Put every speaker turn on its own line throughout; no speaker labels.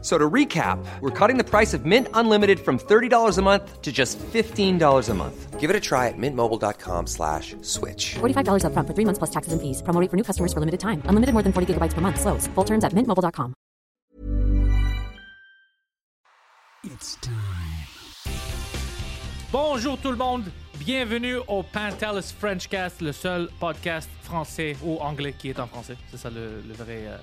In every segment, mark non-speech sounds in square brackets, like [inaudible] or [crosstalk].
So to recap, we're cutting the price of Mint Unlimited from $30 a month to just $15 a month. Give it a try at mintmobile.com slash switch.
$45 upfront for three months plus taxes and fees. Promo rate for new customers for limited time. Unlimited more than 40 gigabytes per month. Slows. Full terms at mintmobile.com.
It's time. Bonjour tout le monde, bienvenue au Pantelis Frenchcast, le seul podcast français ou anglais qui est en français. C'est ça le, le vrai euh,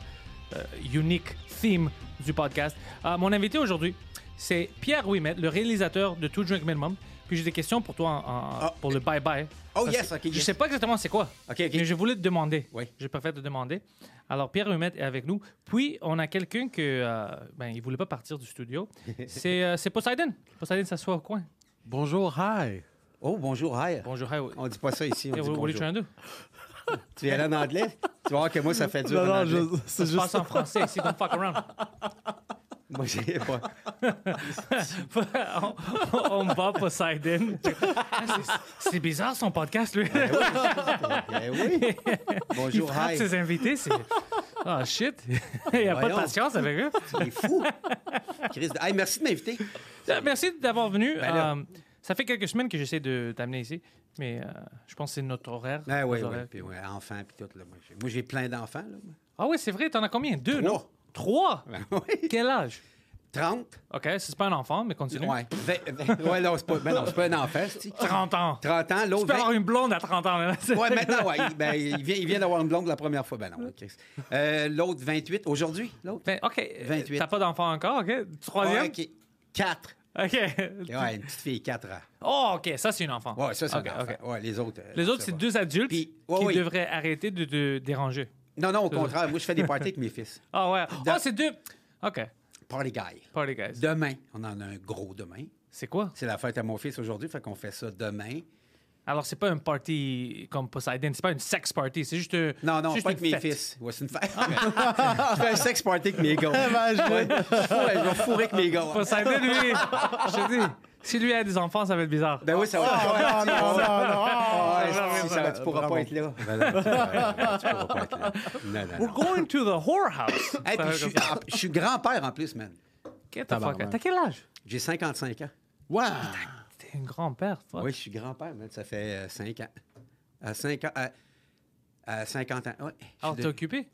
euh, unique theme du podcast. Euh, mon invité aujourd'hui, c'est Pierre Ouimet, le réalisateur de Two Drink Minimum. Puis j'ai des questions pour toi en- en-
Ah.
pour le bye-bye.
Oh,
Parce
yes,
que
ok,
Je
yes.
sais pas exactement c'est quoi.
Ok, ok.
Mais je voulais te demander.
Oui.
J'ai pas fait te demander. Alors, Pierre Humet est avec nous. Puis, on a quelqu'un que. euh, ben, il voulait pas partir
[laughs]
du studio. C'est euh, c'est Poseidon. Poseidon s'assoit au coin.
Bonjour, hi.
Oh, bonjour, hi.
Bonjour, hi.
On dit pas ça ici.
[laughs]
On
Hey,
dit
what- what are you
bonjour.
trying to do?
Tu viens là en anglais? Tu vas voir que moi, ça fait dur.
Non,
en
non,
anglais.
je- c'est
Je
juste.
passe en français ici, don't fuck around.
Moi, j'ai pas.
[laughs] on, on bat Poseidon. Ah, c'est- C'est bizarre son podcast, lui. [laughs]
Eh oui.
Il
Bonjour,
frappe
Ben hi.
ses invités. c'est- Ah, shit. [laughs] il n'y a pas de
Voyons.
patience avec eux.
Il est fou. Chris, hey, merci de m'inviter.
Euh, Merci d'avoir venu.
Ben là.
Euh, ça fait quelques semaines que j'essaie de t'amener ici, mais euh, je pense que c'est notre horaire.
Eh oui,
nos
oui.
horaires.
Puis, ouais, enfants, puis tout. Là. Moi, j'ai- Moi, j'ai plein d'enfants. là.
Ah oui, c'est vrai, t'en as combien? Deux,
Trois.
non? Trois?
[laughs] oui.
Quel âge?
30.
OK, ça, c'est pas un enfant, mais continue.
Ouais. Vingt- vingt- ouais, non, c'est pas, ben non, c'est pas un enfant, c'est-tu?
30 ans.
30 ans,
Tu
l'autre.
peux avoir
20.
une blonde à 30 ans. Là.
Ouais,
[laughs]
maintenant, ouais. Il, ben, il vient, il vient d'avoir une blonde la première fois. Ben non, Chris. Euh, l'autre, 28. Aujourd'hui, l'autre?
Ben, OK, euh,
28.
t'as pas d'enfant encore, OK? Troisième?
Ouais, OK. 4.
OK.
Ouais, une petite fille, 4 ans.
Oh, OK, ça, c'est une enfant.
Ouais, ça, c'est
OK,
un enfant.
OK.
Ouais, les autres. euh,
Les autres,
ça
c'est
va.
deux adultes
Puis- ouais,
qui
oui.
devraient arrêter de, de déranger.
Non, non, au contraire. Moi, je fais des parties avec mes fils.
Ah ouais.
Dans-
Oh, c'est deux... OK,
Party guy.
party guys.
Demain, on en a un gros demain.
C'est quoi?
C'est la fête à mon fils aujourd'hui, fait qu'on fait ça demain.
Alors, c'est pas un party comme Poseidon, c'est pas une sex party, c'est juste. euh,
Non, non,
juste
pas
une
avec mes
fête.
fils. Ouais, c'est une fête. [laughs] je fais un sex party avec mes gars. Ouais, je vais fourrer avec mes gars.
Poseidon,
[laughs]
lui, je te dis, si lui a des enfants, ça va être bizarre.
Ben oui, ça va.
Ah, non, non, non, ah,
Ouais, si, ça va, tu pourras pas être là. Ben non, tu pourras- tu pourras pas être là. Non, non,
We're
non.
going to the whorehouse.
Hey, puis
Ça va
je suis-
comme ça.
je suis grand-père en plus, man.
Get the fuck out.
Tabarnak.
T'as quel âge?
J'ai 55 ans.
Wow.
T'es un grand-père, fuck.
Oui, Ah, je suis grand-père, man. Ça fait 5 ans. À 5 ans. À, à 50 ans. Ouais. je suis
Alors,
de-
t'es Ah, occupé?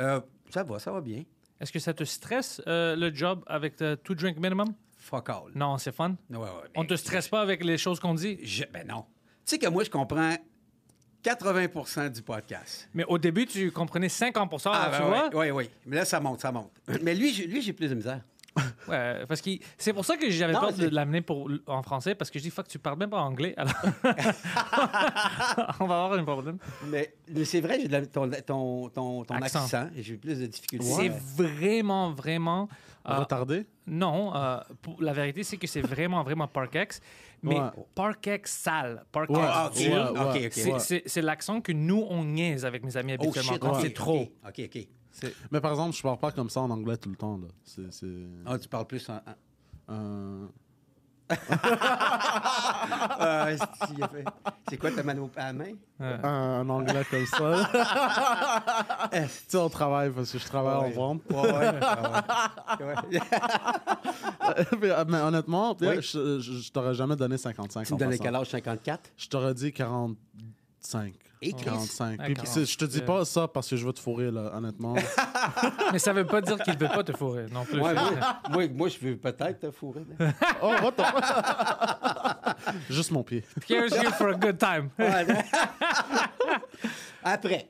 Euh, ça va, ça va bien.
Est-ce que ça te stresse euh, le job avec euh, Two Drink Minimum?
Fuck all.
Non, c'est fun.
Ouais, ouais, ouais,
On
mais
te stresse pas avec les choses qu'on dit.
je- ben non. Tu sais que moi, je comprends 80 du podcast.
Mais au début, tu comprenais 50%, Ah, tu
ben
vois?
oui, oui, oui. Mais là, ça monte, ça monte. Mais lui, j'ai- lui j'ai plus de misère.
Ouais, parce que c'est pour ça que j'avais
Non,
peur de
c'est-
l'amener pour en français parce que je dis fuck tu parles même pas anglais. Alors [laughs] on va avoir un problème.
Mais, mais c'est vrai, j'ai de la- ton, ton, ton, ton
Accent.
accent. j'ai plus de difficultés.
C'est vraiment vraiment euh,
Retardé?
non. euh, pour- la vérité c'est que c'est vraiment vraiment Parkex, mais
Ouais.
Parkex sale, Parkex
Ah, ok,
dur.
Ouais,
ok,
ouais.
ok.
C'est- C'est c'est l'accent que nous on niaise avec mes amis
Oh,
habituellement
shit,
quand
ok,
c'est trop.
OK, OK.
Mais par exemple, je parle pas comme ça en anglais tout le temps. là. C'est. c'est,
Ah, tu parles plus en... en-
euh,
Ah, esti, il a fait- c'est quoi ta mano à la main?
un, un anglais comme ça.
[laughs]
tu sais, on travaille parce que je travaille
Ouais.
en vente.
Ouais,
[laughs]
ouais,
[laughs] Ah,
ouais. Ouais.
mais, euh, mais honnêtement,
Oui.
je, je- je t'aurais jamais donné 55.
Tu me
en
donnais
passant.
quel âge? 54?
Je t'aurais dit 45.
Et Chris?
45.
Ah,
Puis, puis c'est- je te dis
45.
pas ça parce que je veux te fourrer, là,
[laughs]
honnêtement.
Mais ça veut pas dire qu'il veut pas te fourrer non plus.
Ouais,
[laughs]
moi, moi, moi, je veux peut-être te fourrer. mais-
oh, what the- [laughs] Juste mon pied.
Here's you for a good time.
Ouais, non. Après.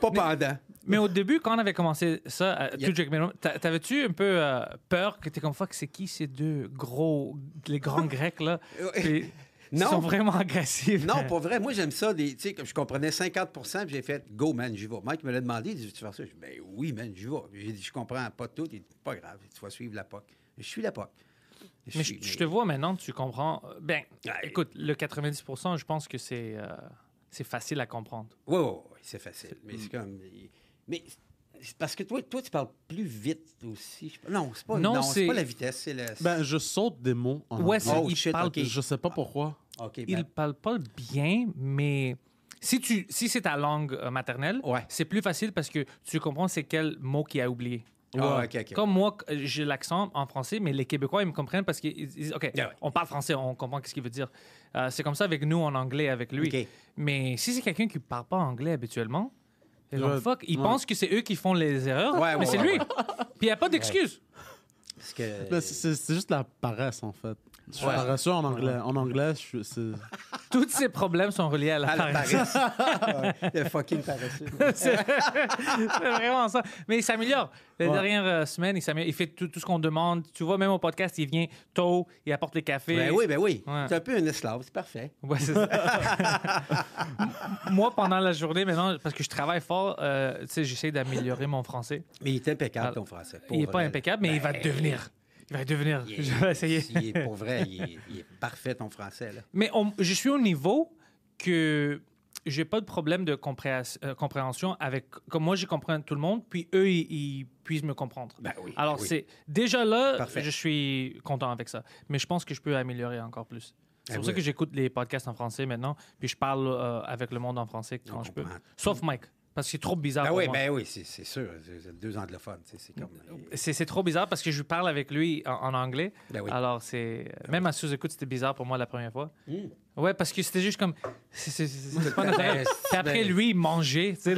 Pas pendant.
Mais au début, quand on avait commencé ça, euh, à
Yeah.
Two Drink Minimum, t'a- t'avais-tu un peu euh, peur que t'es comme fuck, c'est qui ces deux gros, les grands Grecs là Puis, Ils
Non.
sont vraiment agressifs.
Non, pour vrai, moi, j'aime ça. des- Tu sais, comme je comprenais 50 puis j'ai fait go, man, j'y vais. Mike me l'a demandé, il dit, tu faire ça? Je dis, ben oui, man, j'y vais. J'ai dit, je comprends pas tout. Il dit, pas grave, tu vas suivre la POC. Je suis la POC.
Mais je, je te vois maintenant, tu comprends. Ben,
Ouais.
écoute, le 90%, je pense que c'est euh, c'est facile à comprendre. mm.
Oui, oui, oui, c'est facile. Mais c'est comme. Mais C'est Parce que toi, toi, tu parles plus vite aussi. Je- Non, c'est pas,
Non,
non,
c'est-
c'est pas la vitesse, c'est le.
Ben, je saute des mots en
Ouais,
anglais.
c'est-
Oh,
il
shit,
parle
ok.
Je sais pas pourquoi.
OK, ben,
Il parle pas bien, mais si, tu, si c'est ta langue euh, maternelle,
Ouais.
c'est plus facile parce que tu comprends c'est quel mot qu'il a oublié.
ah, OK, OK.
Comme moi, euh, j'ai l'accent en français, mais les Québécois, ils me comprennent parce qu'ils ils disent, OK,
Yeah, ouais.
on parle français, on comprend qu'est-ce qu'il veut dire. Euh, c'est comme ça avec nous en anglais, avec lui.
OK.
Mais si c'est quelqu'un qui parle pas anglais habituellement, ils
Ouais.
vont, fuck, ils
Ouais.
pensent que c'est eux qui font les erreurs,
Ouais,
mais
ouais,
c'est
ouais,
lui.
ouais.
Puis il n'y a pas d'excuse.
Parce
[laughs]
que.
Ben, c'est- c'est c'est juste la paresse, en fait. Je suis
Ouais.
paresseux en anglais. En anglais, je suis. c'est-
Tous ces problèmes sont reliés à la
Ah, le
paresse. [laughs]
paresse. Ouais, le fucking paresseux.
C'est vraiment ça. Mais il s'améliore. La
Ouais.
dernière euh, semaine, il s'améliore. Il fait tout, tout ce qu'on demande. Tu vois, même au podcast, il vient tôt, il apporte les cafés.
Ben oui, ben oui.
Ouais.
C'est un peu un esclave, c'est parfait.
Ouais, c'est ça. [laughs] Moi, pendant la journée, maintenant, parce que je travaille fort, euh, tu sais, j'essaie d'améliorer mon français.
Mais il est
Ah,
impeccable, ton français.
il
n'est
n'est pas impeccable, mais il va devenir. Il va devenir. [laughs] Je vais essayer.
Ben, Il est, pour vrai, il est, il est parfait, ton français. Là.
Mais on- je suis au niveau que j'ai pas de problème de compréhens- euh, compréhension avec. Comme moi, je comprends tout le monde, puis eux, ils, ils puissent me comprendre.
Ben oui,
Alors,
oui.
c'est déjà là,
Parfait.
je suis content avec ça. Mais je pense que je peux améliorer encore plus. C'est
Ah
pour
oui.
ça que j'écoute les podcasts en français maintenant, puis je parle euh, avec le monde en français quand
On
je peux.
comprend.
Sauf Mike, parce que c'est trop bizarre.
Ben
pour
oui,
moi.
ben oui, c'est c'est sûr. C'est c'est deux anglophones, tu sais, c'est comme.
C'est c'est trop bizarre parce que je lui parle avec lui en, en anglais.
Ben oui. Eh
Alors, c'est. Même à sous-écoute, c'était bizarre pour moi la première fois. Ouais, parce que c'était juste comme. c'est- c'est-
[laughs]
C'est c'est pas
Eh,
naturel. Puis après, lui, manger, tu sais.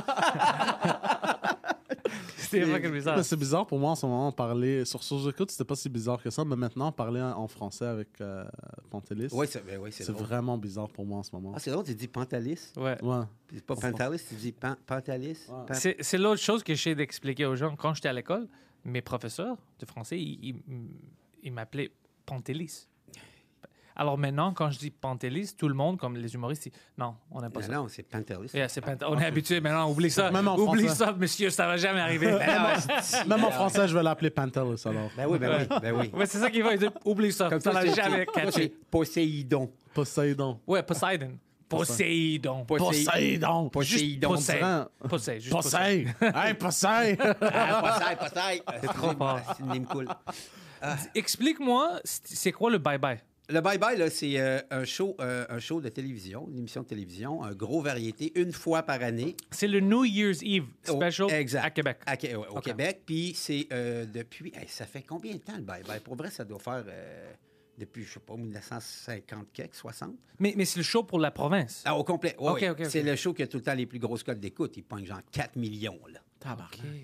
là. [laughs] c'était vraiment bizarre.
Ben, c'est bizarre pour moi en ce moment parler. Sur Source Écoute, c'était pas si bizarre que ça, mais maintenant parler en en français avec euh, Pantelis,
Oui, c'est ben oui, c'est
c'est
drôle.
vraiment bizarre pour moi en ce moment.
Ah, c'est drôle, tu dis pantalis.
Ouais.
Ouais.
Puis C'est pas pantalis, tu dis pan- pantalis. Pan-
C'est c'est l'autre chose que j'ai d'expliquer aux gens. Quand j'étais à l'école, mes professeurs de français, ils, ils- ils m'appelaient Pantelis. Alors maintenant, quand je dis Pantelis, tout le monde, comme les humoristes, ils- non, on n'a pas ça.
Ben Non, non, c'est pantalis.
Yeah, c'est pas- On est habitué maintenant, oublie ça.
Même en
oublie
français.
ça, monsieur, ça va jamais arriver. [laughs]
Même en français, je vais l'appeler Pantelis alors.
Ah Ben oui, ben oui, ben oui.
ouais, c'est ça qu'il va dire. Oublie ça, ça
toi,
va
c'est-
jamais
toi, c'est
catcher.
Poséidon.
Poseidon.
Ouais, Poseidon. Poséidon. [laughs]
Poséidon.
Poseidon.
Poseidon. Poseidon.
Poseidon. juste Poseidon.
Poseidon. Hey, Poseidon.
[laughs] Ah, Poseidon, Poseidon. C'est
trop fort.
C'est une name cool.
Explique-moi, c'est c'est quoi le bye-bye?
Le Bye Bye, là, c'est euh, un, show, euh, un show de télévision, une émission de télévision, un gros variété, une fois par année.
C'est le New Year's Eve
Au-
special
Oh, exact.
à Québec.
À Qué- ouais, au
Ok.
Québec. Puis c'est euh, depuis. hey, ça fait combien de temps le Bye Bye? Pour vrai, ça doit faire euh, depuis, je sais pas, 1950 quelques, 60?
Mais, mais c'est le show pour la province.
Ah, au complet. Ouais,
Ok,
ouais.
ok, ok.
C'est le show qui a tout le temps les plus grosses cotes d'écoute. Il pogne genre 4 millions, là.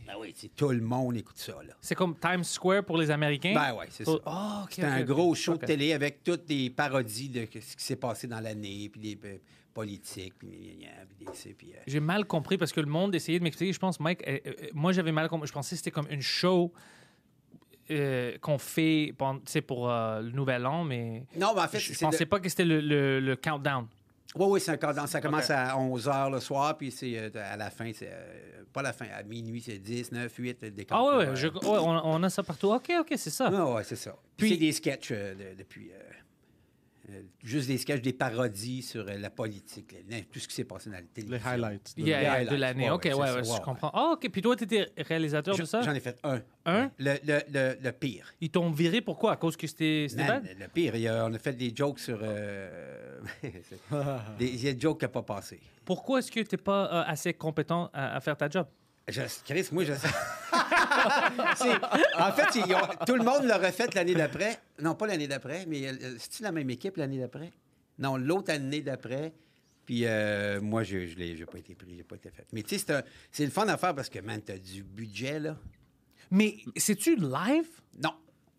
Ben oui, c'est tout le monde écoute ça, là.
C'est comme Times Square pour les Américains.
Ben ouais, c'est ça.
Oh, ok,
C'était
ok,
un
ok.
gros show
Ok.
de télé avec toutes des parodies de ce qui s'est passé dans l'année, puis des euh, politiques, puis gna, gna, gna, puis des- c'est- puis, euh,
J'ai mal compris parce que le monde essayait de m'expliquer. Je pense, Mike, euh, euh, moi j'avais mal compris. Je pensais que c'était comme une show euh, qu'on fait pendant- tu sais, pour euh, le nouvel an, mais
Non, mais en fait,
je, je
c'est
pensais
le-
pas que c'était le, le- le countdown.
Oui, oui, c'est un cadran. Ça commence à 11 h le soir, puis c'est euh, à la fin, c'est. euh, pas la fin, à minuit, c'est 10, 9, 8, des
Ah ouais, ouais, je- ouais, on, on a ça partout. Ok, ok, c'est ça.
Ah ouais, c'est ça.
Puis-
Puis c'est des sketchs euh, de- depuis. euh, euh, juste des sketchs, des parodies sur euh, la politique, là, tout ce qui s'est passé dans la télé.
Les highlights. de-
Il y a-
highlights,
de l'année.
ouais,
ok, ouais,
ouais, c'est
ouais,
ça,
je
ouais,
comprends. Ah, ok, puis toi, t'étais réalisateur de ça
J'en ai fait un.
Un?
Le, le, le, le pire.
Ils t'ont viré pourquoi À cause que c'était c'était
Man,
bad?
le pire, il y a- on a fait des jokes sur. euh, [laughs] c'est- des, il y a des jokes qui n'ont pas passé.
Pourquoi est-ce que t'es pas euh, assez compétent à, à faire ta job
Je, Chris, moi, je sais. [laughs] C'est- en fait, ils ont- tout le monde l'aurait fait l'année d'après. Non, pas l'année d'après, mais euh, c'est-tu la même équipe l'année d'après? Non, l'autre année d'après. Puis euh, moi, je n'ai pas été pris, j'ai pas été fait. Mais tu sais, c'est un- c'est le fun à faire parce que, man, t'as du budget, là.
Mais c'est-tu live
Non.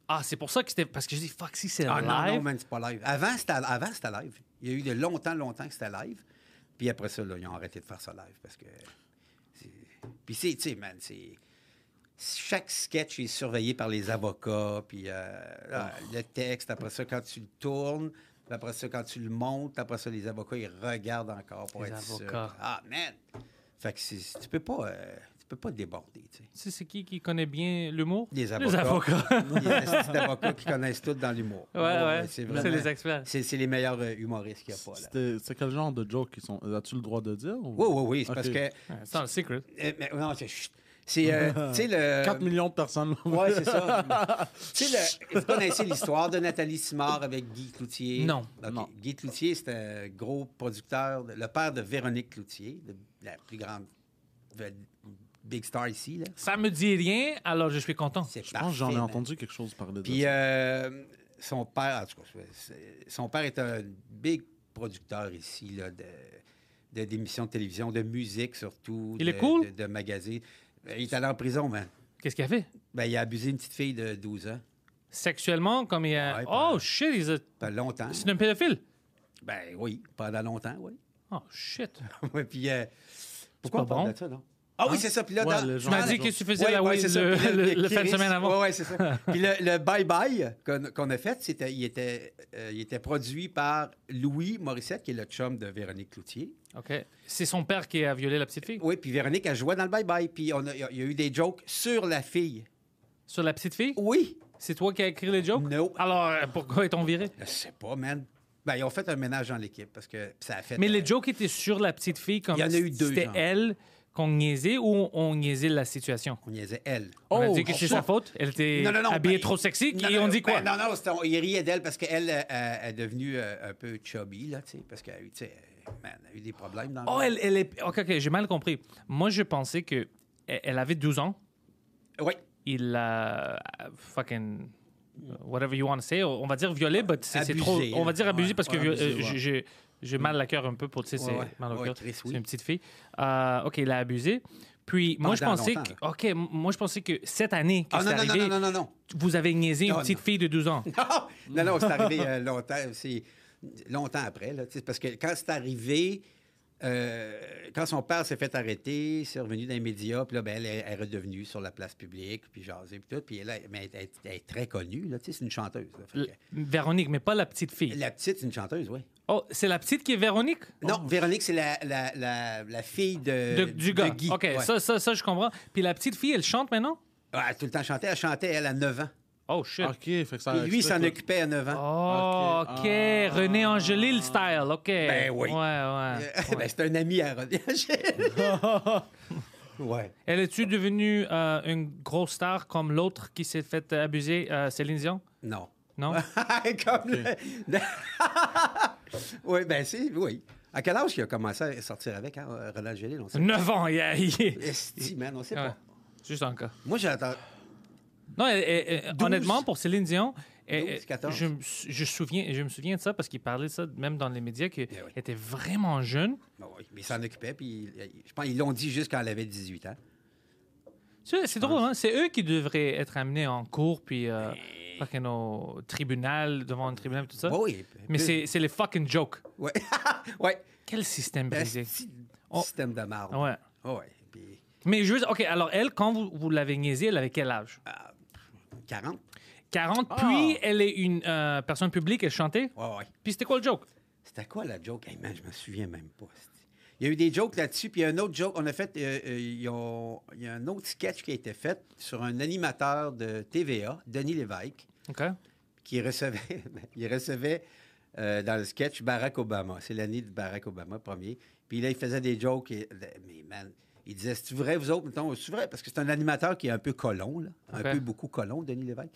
Ah, c'est pour ça que c'était. Parce que je dis, fuck, si c'est
Ah,
live.
non, non, man, c'est pas live. Avant, c'était avant, c'était live. Il y a eu de longtemps, longtemps que c'était live. Puis après ça, là, ils ont arrêté de faire ça live parce que. c'est- Puis c'est, tu sais, man, c'est. Chaque sketch est surveillé par les avocats, puis euh, là,
Oh.
le texte, après ça, quand tu le tournes, puis après ça, quand tu le montes, après ça, les avocats, ils regardent encore pour
Les
être sûrs.
avocats.
Ah, man! Fait que c'est- tu peux pas... euh, tu peux peux pas déborder, tu sais.
Tu sais, c'est qui qui connaît bien l'humour?
Les
Les
avocats. [laughs]
avocats.
Il y a des petits avocats qui connaissent tout dans l'humour.
ouais, ouais.
C'est
C'est
vraiment...
les experts.
c'est- c'est les meilleurs euh, humoristes qu'il n'y a pas, là.
C'était- C'est quel genre de joke ils sont As-tu le droit de dire ou-
Oui, oui, oui, c'est
Ok.
parce que...
Ouais, C'est un secret.
euh, mais- non, c'est... chut. C'est,
[laughs]
euh, tu sais, le...
4 millions de personnes.
Oui,
[laughs]
c'est ça. tu sais, le- vous connaissez l'histoire de Nathalie Simard avec Guy Cloutier?
Non.
Ok.
Non.
Guy Cloutier, c'est un gros producteur, le père de Véronique Cloutier, de- la plus grande ve- big star ici. là.
Ça me dit rien, alors je suis content.
C'est
Je pense que j'en ai
parfait,
entendu quelque chose parler de
man. Puis
ça.
euh, son père, en tout cas, c'est- son père est un big producteur ici, là, de de- d'émissions de, télévision, de musique surtout.
Il
de-
est cool?
De, de magazines. Ben, Il est allé en prison, man.
Qu'est-ce qu'il a fait?
Ben, il a abusé une petite fille de 12 ans.
Sexuellement, comme il a.
Ouais,
oh
ben-
shit, he's a-
Pas longtemps.
c'est un pédophile.
Ben oui, pendant longtemps, oui.
Oh shit.
[laughs] Ouais, puis, euh, pourquoi
pas
on parle
bon.
de ça, non? Ah oui, c'est ça. Puis là,
Ouais,
dans-
le
dans-
genre
Tu m'as
Ah,
dit
d'accord.
que tu faisais
Ouais,
la
ouais,
weed
c'est ça.
le,
Puis là,
le- le fin de
Chris-
semaine avant.
euh, Ouais, ouais, c'est ça. Puis le, le Bye Bye qu'on qu'on a fait, c'était, il, était, euh, il était produit par Louis Morissette, qui est le chum de Véronique Cloutier.
Ok. C'est son père qui a violé la petite fille.
Oui, puis Véronique, elle jouait dans le Bye Bye. Puis on a- il y a il y a eu des jokes sur la fille.
Sur la petite fille?
Oui.
C'est toi qui as écrit les jokes?
No.
Alors, euh, pourquoi est-on viré?
Je sais pas, man. Ben, ils ont fait un ménage dans l'équipe parce que ça a fait.
Mais les
euh,
jokes étaient sur la petite fille comme
Il y en a eu deux,
c'était
genre.
elle qu'on niaisait ou on niaisait la situation?
On niaisait elle.
On a
Oh,
dit que c'est
ça.
sa faute. Elle était
Non, non, non,
habillée
ben,
trop sexy
non,
et
non,
on dit quoi?
ben, non, non, c'était- on- il riait d'elle parce qu'elle euh, euh, est devenue euh, un peu chubby, là, tu sais, parce qu'elle a eu, tu sais, euh, man, elle a eu des problèmes dans
oh,
la
elle, elle est. Ok, ok, j'ai mal compris. Moi, je pensais que elle- elle avait 12 ans.
Oui.
Il l'a fucking. euh, Whatever you want to say. On va dire violé, mais c'est c'est trop.
Abusé, là.
On va dire abusé parce que
Ouais,
viol-
abusé,
euh, j'ai-
ouais.
j'ai- j'ai mal à cœur un peu pour. Tu sais,
Ouais,
c'est
ouais.
mal au
Ouais,
cœur.
Chris,
C'est
oui.
une petite fille. Euh, ok, il l'a abusé. Puis moi, je
Pendant
pensais que.
longtemps,
Ok, m- moi, je pensais que cette année que
Ah
c'est
non, non,
arrivé,
non, non, non, non, non. [laughs]
vous avez niaisé une
Non,
petite
non.
fille de 12 ans.
Non, non, non, c'est arrivé euh, longtemps. C'est longtemps après, là, tu sais, parce que quand c'est arrivé, euh, quand son père s'est fait arrêter, c'est revenu dans les médias, puis là, ben, elle est, elle est redevenue sur la place publique, puis jasée, puis tout. Puis elle, elle- mais elle, est- elle est très connue, là, tu sais, c'est une chanteuse. là, fait
L-
que-
Véronique, mais pas la petite fille.
La petite, c'est une chanteuse, oui.
Oh, c'est la petite qui est Véronique?
Non, Véronique, c'est la, la, la, la fille de,
Oh. De- du gars.
Euh, de Guy.
OK,
Ouais.
ça, ça, ça, je comprends. Puis la petite fille, elle chante maintenant?
Ouais, elle a tout le temps chanté. Elle chantait, elle, à 9 ans.
Oh, shit.
Ok, fait que ça.
Puis lui, il s'en
explique-
occupait à 9 ans.
Oh, OK.
Ok.
René Angélil style, OK. Ben
oui.
Ouais, ouais.
Euh, [laughs] ben, c'est un ami à René. ouais.
[laughs] Elle est-tu devenue euh, une grosse star comme l'autre qui s'est fait abuser, euh, Céline Dion?
Non. [laughs]
[laughs] Non?
Comme le... [laughs] oui, ben si, oui. À quel âge il a commencé à sortir avec, hein, René Gélil? On sait pas.
9 ans, yeah, yeah.
Esti, man, on sait
Mm. Ouais.
pas.
Juste un cas.
Moi, j'attends...
Non, elle- elle- elle- honnêtement, pour Céline Dion, elle-
12, 14.
je, me sou- je, souviens, je me souviens de ça parce qu'il parlait de ça même dans les médias, qu'elle
oui.
était vraiment jeune.
Ben oui, mais il s'en occupait, puis il- je pense qu'ils l'ont dit juste quand elle avait 18 ans.
C'est c'est drôle, hein? C'est eux qui devraient être amenés en cours, puis euh, fucking au tribunal, devant un tribunal, tout ça.
Ouais, Ben oui.
Mais
Plus-
c'est c'est les fucking jokes.
Ouais. [laughs] ouais.
Quel système
Ben,
brisé.
Esti de
On-
Système de marde.
Oh. Ouais.
Ouais. Puis
Mais juste, OK, alors elle, quand vous, vous l'avez niaisée, elle avait quel âge?
Ah. 40.
40, puis elle est une euh, personne publique, elle chantait.
Ah. Ouais, ouais.
Puis c'était quoi le joke?
C'était quoi la joke? Hey, man, je me souviens même pas. c'ti. Il y a eu des jokes là-dessus, puis il y a un autre joke. On a fait. euh, euh, ils ont- il y a un autre sketch qui a été fait sur un animateur de TVA, Denis Lévesque,
OK.
qui recevait, [laughs] ben, il recevait euh, dans le sketch Barack Obama. C'est l'année de Barack Obama, premier. Puis là, il faisait des jokes. et- ben, mais man, il disait C'est vrai, vous autres Mettons, C'est vrai, parce que c'est un animateur qui est un peu colon, là.
Ok.
un peu beaucoup colon, Denis Lévesque.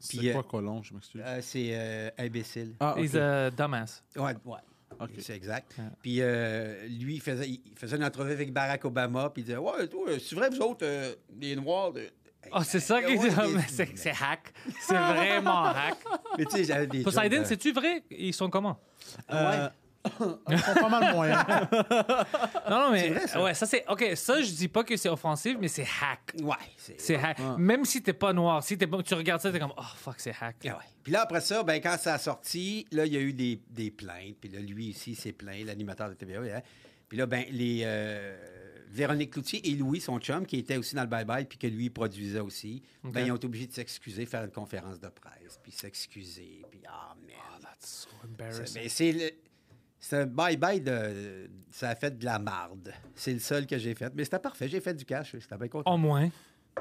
C'est
Puis,
quoi,
euh,
Colon Je m'excuse.
Euh, c'est euh, imbécile.
Ah, ok.
He's a dumbass.
Ouais, ouais.
Ok.
C'est exact.
Ah.
Puis euh, lui, il faisait, il faisait une entrevue avec Barack Obama, puis il disait Ouais, toi, c'est vrai, vous autres, euh, les Noirs. de-
Oh, c'est ça
Ah, Ouais,
qu'il dit. [laughs]
mais-
C'est c'est hack.
[laughs]
C'est vraiment hack.
Mais tu sais, j'avais des.
Poseidon,
jokes, euh,
c'est-tu vrai? Ils sont comment?
Euh, ils sont pas mal moyens.
hein.
Non, non, mais.
C'est vrai, ça.
Ouais, ça, c'est. OK, ça, je dis pas que c'est offensif, mais c'est hack.
Ouais, c'est.
C'est hack. Même si t'es pas noir, si t'es pas- tu regardes ça, t'es comme, oh fuck, c'est hack.
Ah ouais. Puis là, après ça, ben, quand ça a sorti, là, il y a eu des, des plaintes. Puis là, lui ici, s'est plaint, l'animateur de TVA. hein. Puis là, ben, les, euh, Véronique Cloutier et Louis, son chum, qui était aussi dans le bye-bye, puis que lui produisait aussi, ben, ils ont été obligés de s'excuser, faire une conférence de presse, puis s'excuser. Puis ah, merde.
So embarrassing.
Mais c'est le- C'est un bye-bye de. Ça a fait de la marde. C'est le seul que j'ai fait. Mais c'était parfait. J'ai fait du cash. J'étais bien content.
En moins.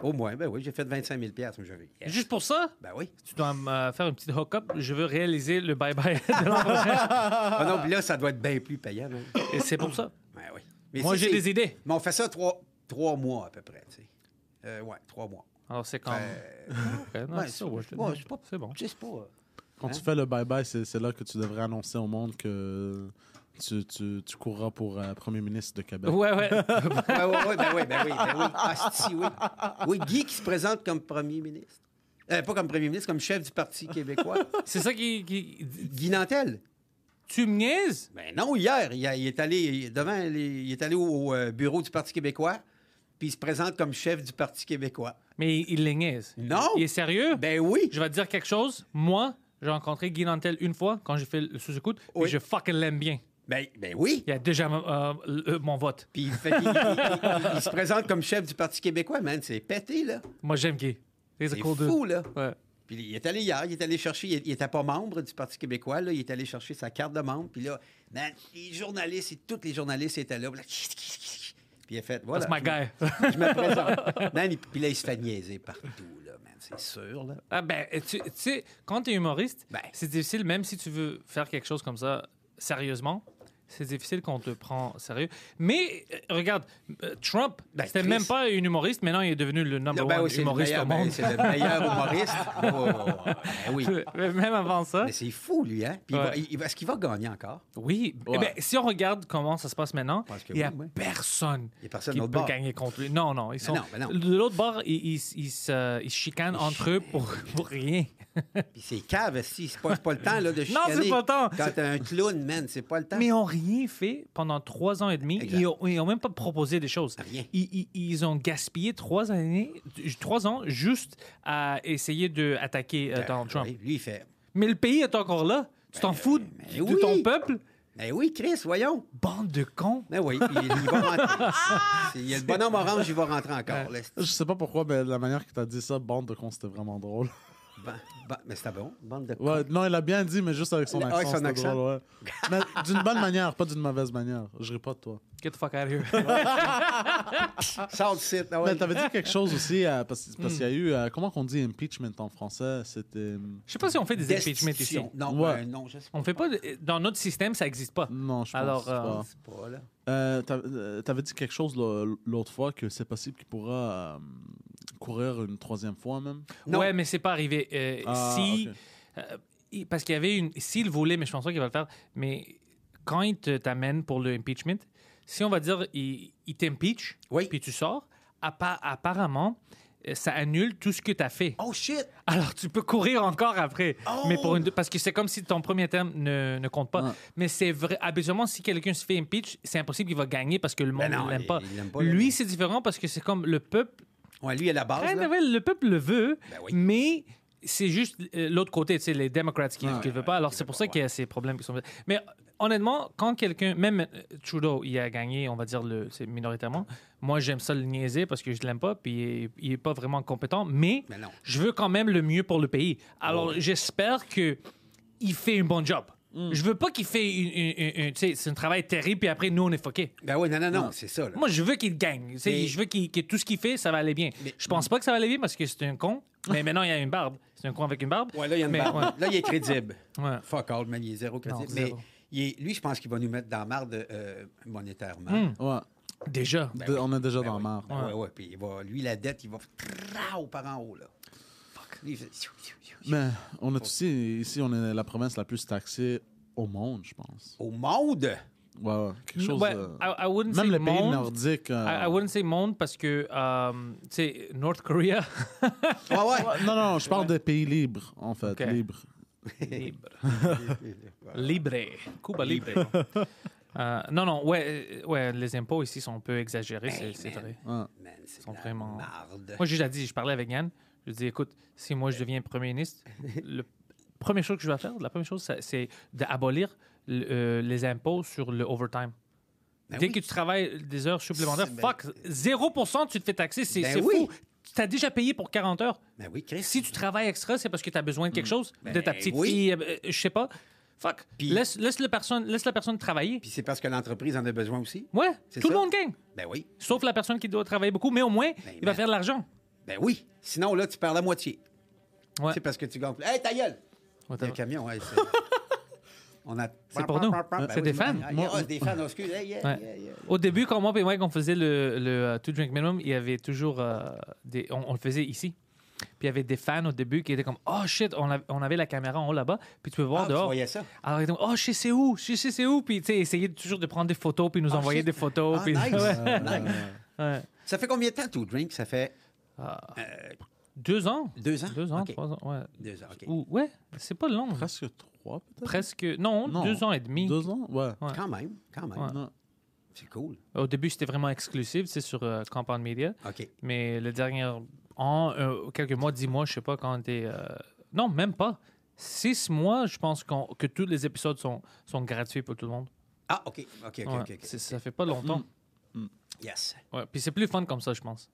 Au moins, ben oui, j'ai fait 25 000 piastres, mais j'avais- yes.
Juste pour ça,
Ben oui.
tu dois me faire une petite hook-up. Je veux réaliser le bye-bye [laughs] de l'an prochain.
Ah non, puis là, ça doit être bien plus payant. là.
Et c'est pour ça.
[laughs] Ben oui. Mais
Moi,
si
j'ai
c'est-
des idées.
Mais on fait ça trois, trois mois à peu près, tu sais. Euh, ouais, trois mois.
Alors, c'est quand.
Euh,
Ok, non,
ouais,
c'est
c'est-
ça, ouais, je te
ouais,
dis.
c'est pas-
C'est bon.
je sais pas. euh,
[laughs] Quand tu fais le bye-bye, c'est c'est là que tu devrais annoncer au monde que tu, tu, tu courras pour euh, premier ministre de Québec.
Ouais,
[laughs]
ouais.
Ouais, ouais, ouais, ben oui, ben oui, ben oui. Asti, oui. Oui, Guy qui se présente comme premier ministre. Euh, pas comme premier ministre, comme chef du Parti
[laughs]
québécois.
c'est ça qui. qui-
Guy Nantel.
Tu me niaises?
Ben non, hier, il, a- il est allé devant les- il est allé au, euh, bureau du Parti québécois, puis il se présente comme chef du Parti québécois.
Mais il, il les niaise.
Non.
Il est sérieux?
Ben oui.
Je vais te dire quelque chose. Moi, j'ai rencontré Guy Nantel une fois quand j'ai fait le sous-écoute. et
Oui.
je fucking l'aime bien.
Ben, ben oui.
Il a déjà euh, euh, mon vote.
Puis il, fait- il- il- il- il se présente comme chef du Parti québécois, man. C'est pété, là.
Moi, j'aime Guy. He's a
C'est
cool dude.
fou, là.
Ouais.
Puis il est allé hier, il est allé chercher, il- il était pas membre du Parti québécois, là, il est allé chercher sa carte de membre, puis là, man, les journalistes, et tous les journalistes étaient là, puis là, puis il a fait, voilà.
That's my
je me-
guy.
Je me présente. Man, il- puis là, il se fait niaiser partout, là, man, c'est sûr, là.
Ah ben, tu tu sais, quand t'es humoriste,
Ben.
c'est difficile, même si tu veux faire quelque chose comme ça sérieusement, c'est difficile qu'on te prend sérieux. Mais euh, regarde, euh, Trump,
Ben,
c'était
Chris.
même pas un humoriste, maintenant il est devenu le number
Ben
one
oui, c'est le
humoriste
meilleur,
au monde.
ben, c'est le meilleur humoriste. Oh, Ouais, ouais, ouais, ben
[laughs]
oui.
même avant ça.
Mais c'est fou, lui, hein? Puis il va-
Ouais.
il- il va- est-ce qu'il va gagner encore?
Oui, eh
Ouais.
ben, si on regarde comment ça se passe maintenant,
Parce que
il n'y a
oui, oui.
personne,
Il y a personne
qui
de
peut
l'autre bord.
gagner contre lui. Non, non, ils sont
non, ben non.
de l'autre bord, ils, ils- ils se, ils se chicanent entre eux pour, pour rien.
Puis c'est cave, si, c'est pas, c'est pas le temps, là, de
[laughs] Non, c'est
chicaner.
pas le temps.
Quand t'as un clown, man, c'est pas le temps.
Mais ils n'ont rien fait pendant trois ans et demi.
Exact.
Ils n'ont même pas proposé des choses.
Rien.
Ils, ils- ils ont gaspillé trois, années, trois ans juste à essayer d'attaquer
Euh,
Donald Trump.
oui, lui, il fait...
Mais le pays est encore là. Tu t'en fous de,
mais
de
oui.
ton peuple?
Ben oui, Chris, voyons.
Bande de cons.
Ben oui, il, il va
[laughs]
rentrer. C'est- Il y a le bonhomme orange, il va rentrer encore. là.
Je sais pas pourquoi, mais la manière que t'as dit ça, bande de cons, c'était vraiment drôle.
Ban- ban- mais c'était bon, bande de
Ouais, non, il l'a bien dit, mais juste avec son
Ah,
accent.
avec son
c'était
accent.
drôle,
[laughs]
ouais. Mais d'une bonne manière, pas d'une mauvaise manière. Je ris pas de toi.
Get the fuck out of here.
Sors du site. ah ouais.
Mais t'avais dit quelque chose aussi, euh, parce, parce qu'il y a eu, euh, comment qu'on dit impeachment en français
[laughs]
C'était. hmm,
Je sais pas si on fait des
Destitution.
impeachments ici.
Non,
Ouais.
ben non, je sais pas.
On fait pas. de- Dans notre système, ça n'existe pas.
Non, je pense
Alors, euh,
pas.
C'est pas, là.
Euh, t'av- euh, T'avais dit quelque chose l'au- l'autre fois que c'est possible qu'il pourra euh, courir une troisième fois même.
Non.
Ouais, mais c'est pas arrivé. Euh,
Ah,
si.
ok.
euh, il- parce qu'il y avait une. S'il voulait, mais je pense pas qu'il va le faire, mais quand il te- t'amène pour le impeachment, si on va dire il, il t'impeach,
Oui.
puis tu sors, appa- apparemment, euh, ça annule tout ce que tu as fait.
Oh shit!
Alors tu peux courir encore après.
Oh!
Mais pour une, parce que c'est comme si ton premier terme ne, ne compte pas. Mais c'est vrai. Habituellement, si quelqu'un se fait impeach, c'est impossible qu'il va gagner parce que le monde
Ben non,
ne l'aime
il-
pas.
il l'aime pas, le-
Lui, c'est différent parce que c'est comme le peuple
Ouais, lui, il a la base.
Ouais,
là.
ouais, le peuple le veut,
Ben oui.
mais c'est juste euh, l'autre côté, tu sais, les démocrates qui ne le veulent pas. Alors, c'est pour ça qu'il y a ces problèmes qui sont... Mais euh, honnêtement, quand quelqu'un... Même euh, Trudeau, il a gagné, on va dire, le, c'est minoritairement. Moi, j'aime ça le niaiser parce que je l'aime pas, puis il est- il est pas vraiment compétent, mais
Mais Ben non.
je veux quand même le mieux pour le pays. Alors, j'espère que il fait un bon job.
Hmm.
Je veux pas qu'il fait une... une- une- tu sais, c'est un travail terrible, puis après, nous, on est fuckés.
Ben oui, non, non, non, c'est ça. là.
Moi, je veux qu'il gagne. Tu sais,
Mais-
Je veux qu'il- que tout ce qu'il fait, ça va aller bien.
Mais-
Je pense pas que ça va aller bien parce que c'est un con.
[laughs]
Mais maintenant, il y a une barbe. C'est un con avec une barbe.
Ouais, là, il y a une
Mais,
barre.
ouais.
Là, il est crédible.
Ouais.
Fuck all, man, il est zéro crédible.
Non,
mais
zéro.
il est- lui, je pense qu'il va nous mettre dans la marde euh, monétairement.
Hmm.
Ouais.
Déjà.
De- On est déjà dans la marre.
Ben ouais, ouais. Puis il va, lui, la dette, il va trao par en haut, là. Fuck. Lui, il fait-
Mais on est aussi, ici, on est la province la plus taxée au monde, je pense.
Au monde!
Ouais, ouais. Quelque chose.
Ouais,
euh,
I- I wouldn't
même
say
les pays
monde.
nordiques. euh,
I, I wouldn't say monde parce que, euh, tu sais, North
[laughs]
Korea.
Ouais, ouais.
Ouais, Non, non, je parle des pays libres, en fait.
Ok.
Libres.
libre. libre. Cuba libre. Euh, non, non, ouais, euh, ouais, les impôts ici sont un peu exagérés, c'est- c'est vrai.
Man, c'est
sont
de la
vraiment-
marde.
Moi, j'ai déjà dit, je parlais avec Yann. Je dis, écoute, si moi je deviens premier ministre, la première chose que je vais faire, la première chose, ça- c'est d'abolir le- euh, les impôts sur le overtime.
Ben
Dès
oui.
que tu travailles des heures supplémentaires,
C'est- ben-
fuck, 0% tu te fais taxer, c'est
Ben
c'est
oui.
fou. Tu as déjà payé pour 40 heures.
Ben oui, Chris.
Si tu travailles extra, c'est parce que tu as besoin de quelque chose, de ta petite
Mm. Ben oui.
fille, euh, euh, je sais pas. Fuck.
Puis-
laisse, laisse, la personne, laisse la personne travailler.
Puis c'est parce que l'entreprise en a besoin aussi.
Ouais,
C'est
tout le
ça.
monde gagne.
Ben oui,
Sauf la personne qui doit travailler beaucoup, mais au moins, il va
man.
faire de l'argent.
ben oui. Sinon, là, tu perds la moitié.
Ouais.
C'est parce que tu gagnes. Hey, ta gueule! Le camion, ouais.
[laughs]
c'est- On a...
C'est pour nous.
Ben
C'est des fans.
Ah, yeah, ah, des fans, oh, excuse. Hey, yeah,
Ouais.
yeah, yeah.
Au début, quand moi et Mike, on faisait le, le euh, Two Drink Minimum, il y avait toujours euh, des. On, on le faisait ici. Puis il y avait des fans au début qui étaient comme Oh shit, on, a- on avait la caméra en haut là-bas. Puis tu peux voir
Ah, tu
dehors.
voyais ça?
Alors ils étaient comme, Oh shit, c'est où Je sais c'est où. Puis tu sais, essayer toujours de prendre des photos, puis nous
Ah,
envoyer
shit.
des
Ah,
photos. Oh, puis... [laughs]
nice.
Ouais.
Nice.
Ouais.
Ça fait combien de temps, tout drink? Ça fait
Deux ans
deux ans?
Deux ans,
OK.
trois ans. Ouais.
Deux ans, OK.
Ou- ouais, c'est pas long.
Presque trois, peut-être
Presque. Non,
Non.
deux ans et demi.
Deux ans Ouais.
Ouais.
Quand même, quand même.
Ouais.
Non.
C'est cool.
Au début, c'était vraiment exclusif, c'est sur euh, Compound Media.
OK.
Mais le dernier an, euh, quelques mois, dix mois, je sais pas quand t'es. euh, Non, même pas. Six mois, je pense qu'on- que tous les épisodes sont, sont gratuits pour tout le monde.
Ah, OK, OK, OK,
Ouais.
OK. ok.
C'est- Ça fait pas longtemps.
Yes.
Ouais. Puis c'est plus fun comme ça, je pense.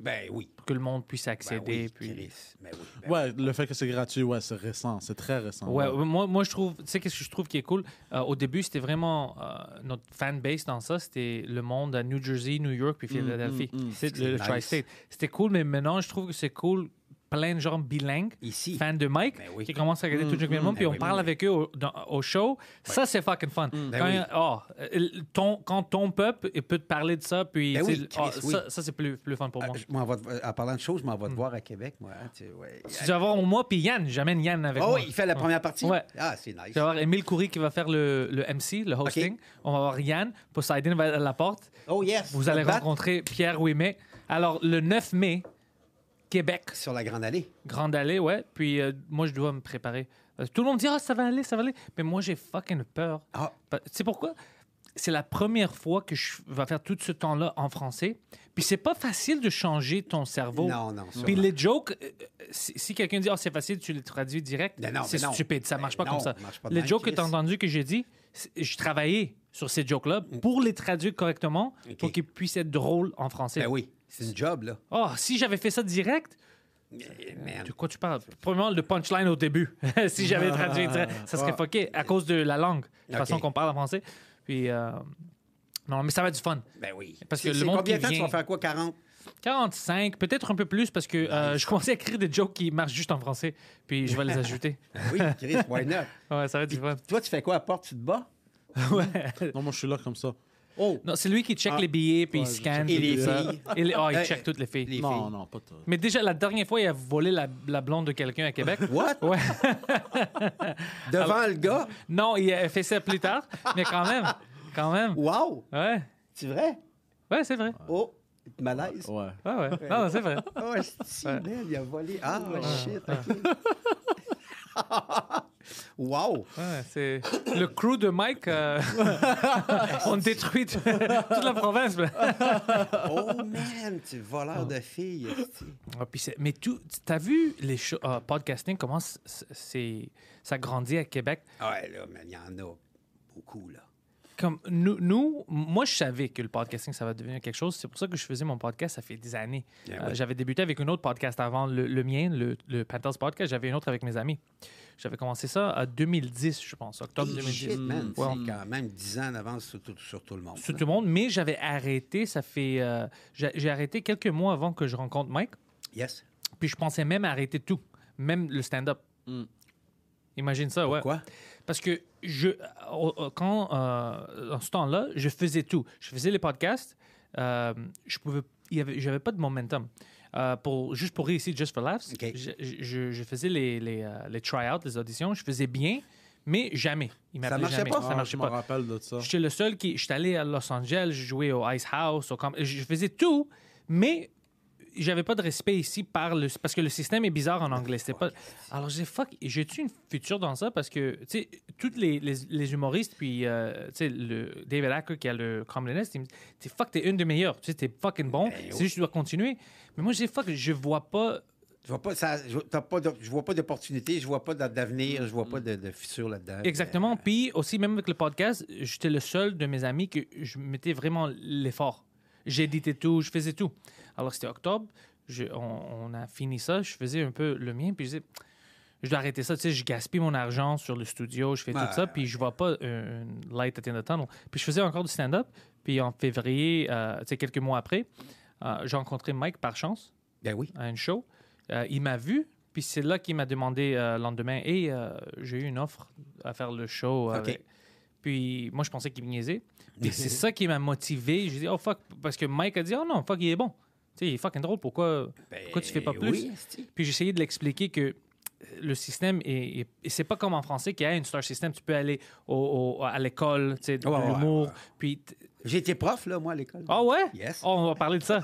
Ben oui.
Pour que le monde puisse
Ben
accéder.
oui,
puis...
Chris. Ben oui. ben
Ouais, le fait que c'est gratuit, ouais, c'est récent. C'est très récent.
Ouais, ouais, moi, moi je trouve, tu sais, qu'est-ce que je trouve qui est cool? Euh, au début, c'était vraiment euh, notre fan base dans ça, c'était le monde à New Jersey, New York,
Mm,
puis Philadelphie. C'est le, le
Nice.
tri-state. C'était cool, mais maintenant, je trouve que c'est cool, plein de gens bilingues,
Ici.
fans de Mike,
Ben oui.
qui commencent à regarder tout le Minimum, puis
Ben
on
oui,
parle
oui.
avec eux au, dans- au show. Ça, c'est fucking fun.
Ben
quand,
oui.
oh, euh, ton, quand ton peuple il peut te parler de ça, puis
Ben
tu sais,
oui,
oh,
Chris, oui.
ça, ça, c'est plus, plus fun pour
Ah,
moi.
je m'en vais te- en parlant de choses, je m'en vais te voir à Québec, moi. hein, tu sais, ouais.
Hmm. Tu vas avoir moi, puis Yann, j'amène Yann avec
Ah
moi.
oui, il fait la
Ouais.
première partie?
Ouais.
Ah, c'est nice.
Je vais avoir Émile Coury qui va faire le, le MC, le hosting.
OK.
On va avoir Yann. Poseidon va être à la porte.
Oh yes!
Vous allez
Bat
rencontrer Pierre Ouimet. Alors, le 9 mai, Québec,
Sur la Grande Allée.
Grande Allée, ouais. Puis euh, moi, je dois me préparer. Parce que tout le monde dit, ah, ça va aller, ça va aller. Mais moi, j'ai fucking peur.
Ah.
Pa- Tu sais pourquoi? C'est la première fois que je vais faire tout ce temps-là en français. Puis c'est pas facile de changer ton cerveau.
Non, non, sûrement.
Puis les jokes, euh, euh, si, si quelqu'un dit, oh, c'est facile, tu les traduis direct,
Ben non,
c'est
ben non.
stupide, ça
Ben
marche pas
non,
comme ça.
ça marche pas de
les
même,
jokes que
Chris.
tu as entendus que j'ai dit, c'est- je travaillais sur ces jokes-là pour les traduire correctement
Mm. Ok.
pour qu'ils puissent être drôles en français.
Ben oui, c'est une job, là.
Oh, si j'avais fait ça direct,
Eh, man.
de quoi tu parles? Premièrement, le punchline au début. [laughs] si j'avais traduit, tra- ça serait fucké à cause de la langue, la
Ah, Ok.
façon qu'on parle en français. Puis, euh, non, mais ça va être du fun.
Ben oui.
Parce
C'est-
que le
c'est
monde
combien
qui
de temps tu
vient-
vas faire quoi, 40?
45, peut-être un peu plus, parce que euh, je commençais à écrire des jokes qui marchent juste en français, puis je vais les
[laughs]
ajouter.
Ben oui, Chris,
[laughs]
why not?
Ouais, ça va être du fun.
Toi, tu fais quoi à porte? Tu te bats?
Non, moi, je suis là comme ça.
Oh!
Non, c'est lui qui check les billets, puis il
Ouais, je
scanne.
check
puis
les
tout ça.
filles.
Et les- oh, il
Eh,
check toutes les filles.
les-
non,
filles.
non, pas toi.
Mais déjà, la dernière fois, il a volé la, la blonde de quelqu'un à Québec.
[laughs] What?
Ouais. Ah
Devant le gars?
Non, il a fait ça plus tard, mais quand même. Quand même.
Wow!
Ouais.
C'est vrai?
Ouais, c'est vrai.
Oh! Malaise.
Ouais.
Ouais, ouais. Non, c'est vrai.
Oh, si, man, il a volé. Ah, shit, OK.
[laughs]
wow!
Ouais, c'est le crew de Mike. euh, [laughs] on détruit toute la province. mais-
Oh, man, tu voleur de filles. esti.
Ah, puis c'est- mais tu as vu les shows- euh, podcasting comment c- c- c'est ça grandit à Québec
Ah Ouais, là, man, il y en a beaucoup, là.
comme nous, nous- moi je savais que le podcasting ça va devenir quelque chose c'est pour ça que je faisais mon podcast ça fait des années
Yeah,
Euh,
oui.
j'avais débuté avec un autre podcast avant le, le mien le, le Panthers podcast j'avais un autre avec mes amis j'avais commencé ça à 2010 je pense octobre
Hey,
2010
shit, man,
Ouais, on-
c'est quand même 10 ans en avance sur tout, sur tout le monde.
sur
là.
tout le monde mais j'avais arrêté ça fait euh, j'ai j'ai arrêté quelques mois avant que je rencontre Mike
Yes.
Puis je pensais même arrêter tout, même le stand-up. Imagine ça, ouais.
Hmm. Pourquoi?
Parce que je, euh, euh, quand, euh, dans ce temps-là, je faisais tout. Je faisais les podcasts. euh, je pouvais, il y avait, j'avais pas de momentum. Euh, pour, juste pour réussir Just for Laughs,
Ok.
je, je- je faisais les, les, euh, les try-outs, les auditions. Je faisais bien, mais jamais. Il m'appelait
marchait
jamais.
pas?
Ça
Ah,
marchait
je me
pas.
rappelle de ça.
J'étais le seul qui. J'étais allé à Los Angeles, je jouais au Ice House, au camp- je faisais tout, mais j'avais pas de respect ici par le parce que le système est bizarre en anglais. C'était pas. Alors j'ai fuck, j'ai-tu une future dans ça parce que tu sais toutes les, les, les humoristes puis euh, tu sais le David Acker qui a le Comedy Nest, il me dit t'es fuck t'es une des meilleures, tu sais t'es fucking bon, c'est juste que tu dois continuer. Mais moi j'ai fuck, je vois pas.
Je vois pas, ça, je, t'as pas de- je vois pas d'opportunité, je vois pas d'a- d'avenir, je vois pas de, de fissure là-dedans.
Exactement. Puis aussi, même avec le podcast, j'étais le seul de mes amis que je mettais vraiment l'effort. J'éditais tout, je faisais tout. Alors, c'était octobre, je- on, on a fini ça, je faisais un peu le mien, puis je disais, je dois arrêter ça. Tu sais, je gaspille mon argent sur le studio, je fais
Ouais.
tout ça, puis je vois pas un un light at the end of the tunnel. Puis je faisais encore du stand-up. Puis en février, euh, tu sais, quelques mois après, euh, j'ai rencontré Mike par chance
Ben oui.
à une show. Euh, il m'a vu, puis c'est là qu'il m'a demandé euh, le lendemain et j'ai eu une offre à faire le show.
Ok.
avec- Puis moi, je pensais qu'il me
[laughs]
niaisait. Puis c'est ça qui m'a motivé. J'ai dit, oh fuck, parce que Mike a dit, oh non, fuck, il est bon. Tu sais, il est fucking drôle, pourquoi, pourquoi tu fais pas
Ben
plus?
oui, esti.
Puis j'ai essayé de l'expliquer que euh, le système est, est- et c'est pas comme en français qu'il y a une star system tu peux aller au, au- à l'école tu sais de
Ouais, ouais,
l'humour
ouais.
puis t-
J'étais prof, là, moi, à l'école.
ah ouais?
Yes.
Oh, on va parler
[laughs]
de ça.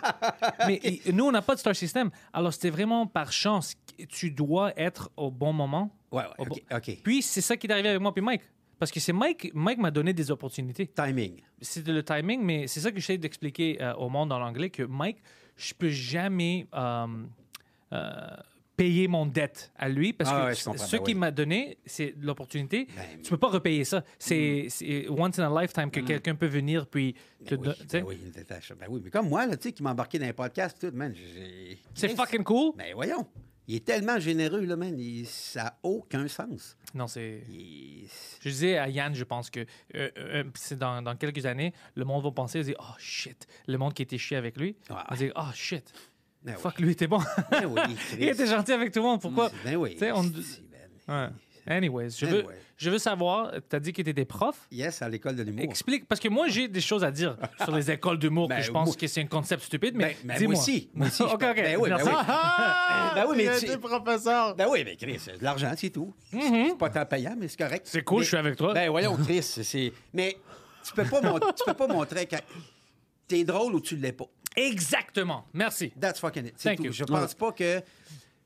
Mais il- nous, on n'a pas de star system. Alors, c'était vraiment par chance. Tu dois être au bon moment.
Ouais, ouais,
Au
OK.
Oh, bon-
OK.
Puis, c'est ça qui est arrivé avec moi puis Mike. Parce que c'est Mike, Mike m'a donné des opportunités.
Timing.
C'était le timing, mais c'est ça que j'essaie d'expliquer euh, au monde en anglais, que Mike, je peux jamais euh, euh, payer mon dette à lui, parce
Ah
que
ouais, je
ce
comprends,
ce
ben
qu'il
oui.
m'a donné, c'est l'opportunité.
Ben-
tu peux pas repayer ça. C'est c'est once in a lifetime que quelqu'un peut venir, puis... te
oui,
don- tu sais.
Mm. ben oui, il était à- ben oui, mais comme moi, là, tu sais, qui m'embarquait dans les podcasts, tout, man, j'ai...
C'est
Chris,
fucking cool.
Ben voyons, il est tellement généreux, là, man, il- ça n'a aucun sens.
Non, c'est.
Il-
Je disais à Yann, je pense que euh, euh, c'est dans, dans quelques années, le monde va penser, ils vont dire, oh shit, le monde qui était chier avec lui,
Ouais,
va dire, oh shit,
Ben
fuck,
oui.
lui était bon.
Ben oui,
[laughs] il était
Chris.
gentil avec tout le monde, pourquoi?
Ben oui.
Tu sais, on-
esti, ben.
Ouais. Anyways, je veux,
Anyway.
je veux savoir, t'as dit que t'étais prof.
Yes, à l'école de l'humour.
Explique, parce que moi j'ai des choses
[laughs]
à dire sur les écoles d'humour
Ben,
que je pense
moi-
que c'est un concept stupide,
Ben,
mais
ben,
dis-moi.
moi aussi,
[laughs]
moi aussi, je
ok,
pense.
ok.
Ben oui, ben
merci. Ah,
oui. Ben oui, mais
Il a
tu-
été professeur.
Ben oui, mais Chris, c'est de l'argent, c'est tout.
[laughs] Mhm.
C'est pas tant payant, mais c'est correct.
C'est cool,
Mais-
je suis avec toi.
Ben voyons, Chris, c'est... Mais tu peux pas, mon- tu peux pas montrer que t'es drôle ou tu l'es pas.
Exactement, merci.
That's fucking it. C'est
Thank
tout.
you.
Je pense pas que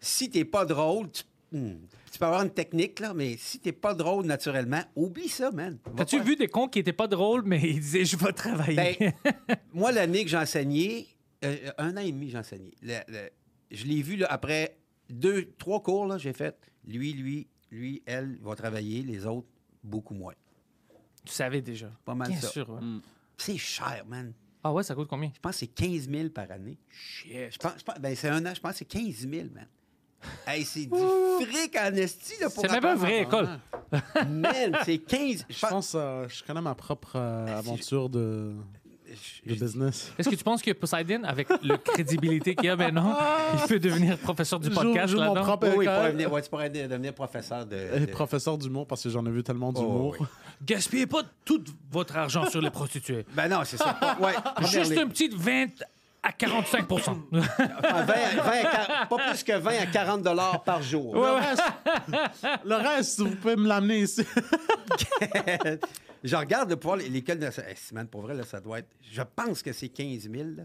si t'es pas drôle, tu... hmm, tu peux avoir une technique, là, mais si t'es pas drôle naturellement, oublie ça, man. Va
T'as-tu
pas-
vu des cons qui étaient pas drôles, mais ils disaient je vais travailler? [laughs]
Ben, moi, l'année que j'enseignais, euh, un an et demi, j'enseignais. Le- le- je l'ai vu là, après deux, trois cours, là, j'ai fait lui, lui, lui, elle va travailler, les autres, beaucoup moins.
tu savais déjà.
Pas mal
Bien
ça.
sûr. ouais.
C'est cher, man.
Ah ouais, ça coûte combien?
Je pense que c'est 15 000 par année. Je pense, je pense- ben, c'est un an, je pense que c'est 15 000, man. Hey, c'est du fric en esti, là, pour
C'est même pas une
apprendre
vraie école.
à- Man, c'est 15...
Je pense euh, je connais ma propre euh,
Ah,
aventure de, de business.
Est-ce que tu penses que Poseidon, avec la crédibilité qu'il
[laughs]
a maintenant, il peut devenir professeur du
J'ouvre-
podcast
j'ouvre mon
là-dedans?
propre-
Oui, oui,
école.
pour devenir- ouais, tu pourrais de- devenir professeur de...
Euh,
de-
Et [laughs] professeur d'humour parce que j'en ai vu
Euh,
tellement
Oh,
d'humour.
oui.
Gaspillez pas tout votre argent sur
[laughs]
les prostituées.
Ben non, c'est ça. Pas- Ouais, première
[laughs] Juste
ligne.
un petit 20 à 45
[laughs] Ah, 20, 20 à 40 pas plus que 20 à 40 dollars par jour.
Le reste- [laughs] Le reste, vous pouvez me l'amener
[laughs]
ici.
Je regarde le pouvoir, l'école de... eh, c'est, man, pour vrai, là, ça doit être... Je pense que c'est 15 000. là.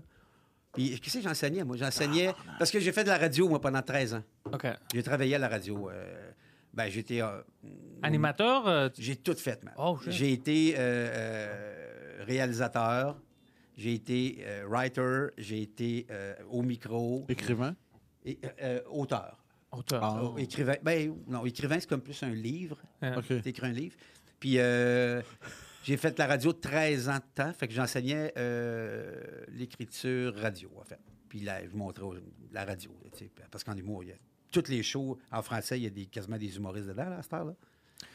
Puis, qu'est-ce que j'enseignais, moi?
Ah,
J'enseignais... Parce que j'ai fait de la radio, moi, pendant 13 ans.
[laughs] OK.
J'ai travaillé à la radio. euh, ben, j'étais... euh,
Animateur, euh, tu-
j'ai tout fait, man.
Oh, shit.
j'ai été euh, euh, réalisateur, j'ai été euh, writer, j'ai été euh, au micro,
Écrivain.
et, euh, euh, auteur.
auteur.
Ah.
Oh, écrivain, ben, non, écrivain, c'est comme plus un livre.
Euh,
OK.
T'écris un livre. Puis euh, j'ai fait la radio 13 ans de temps, fait que j'enseignais euh, l'écriture radio, en fait. Puis là, je montrais aux- la radio, là, tu sais, parce qu'en humour, il y a toutes les shows, en français, il y a des, quasiment des humoristes dedans, là, à cette heure-là.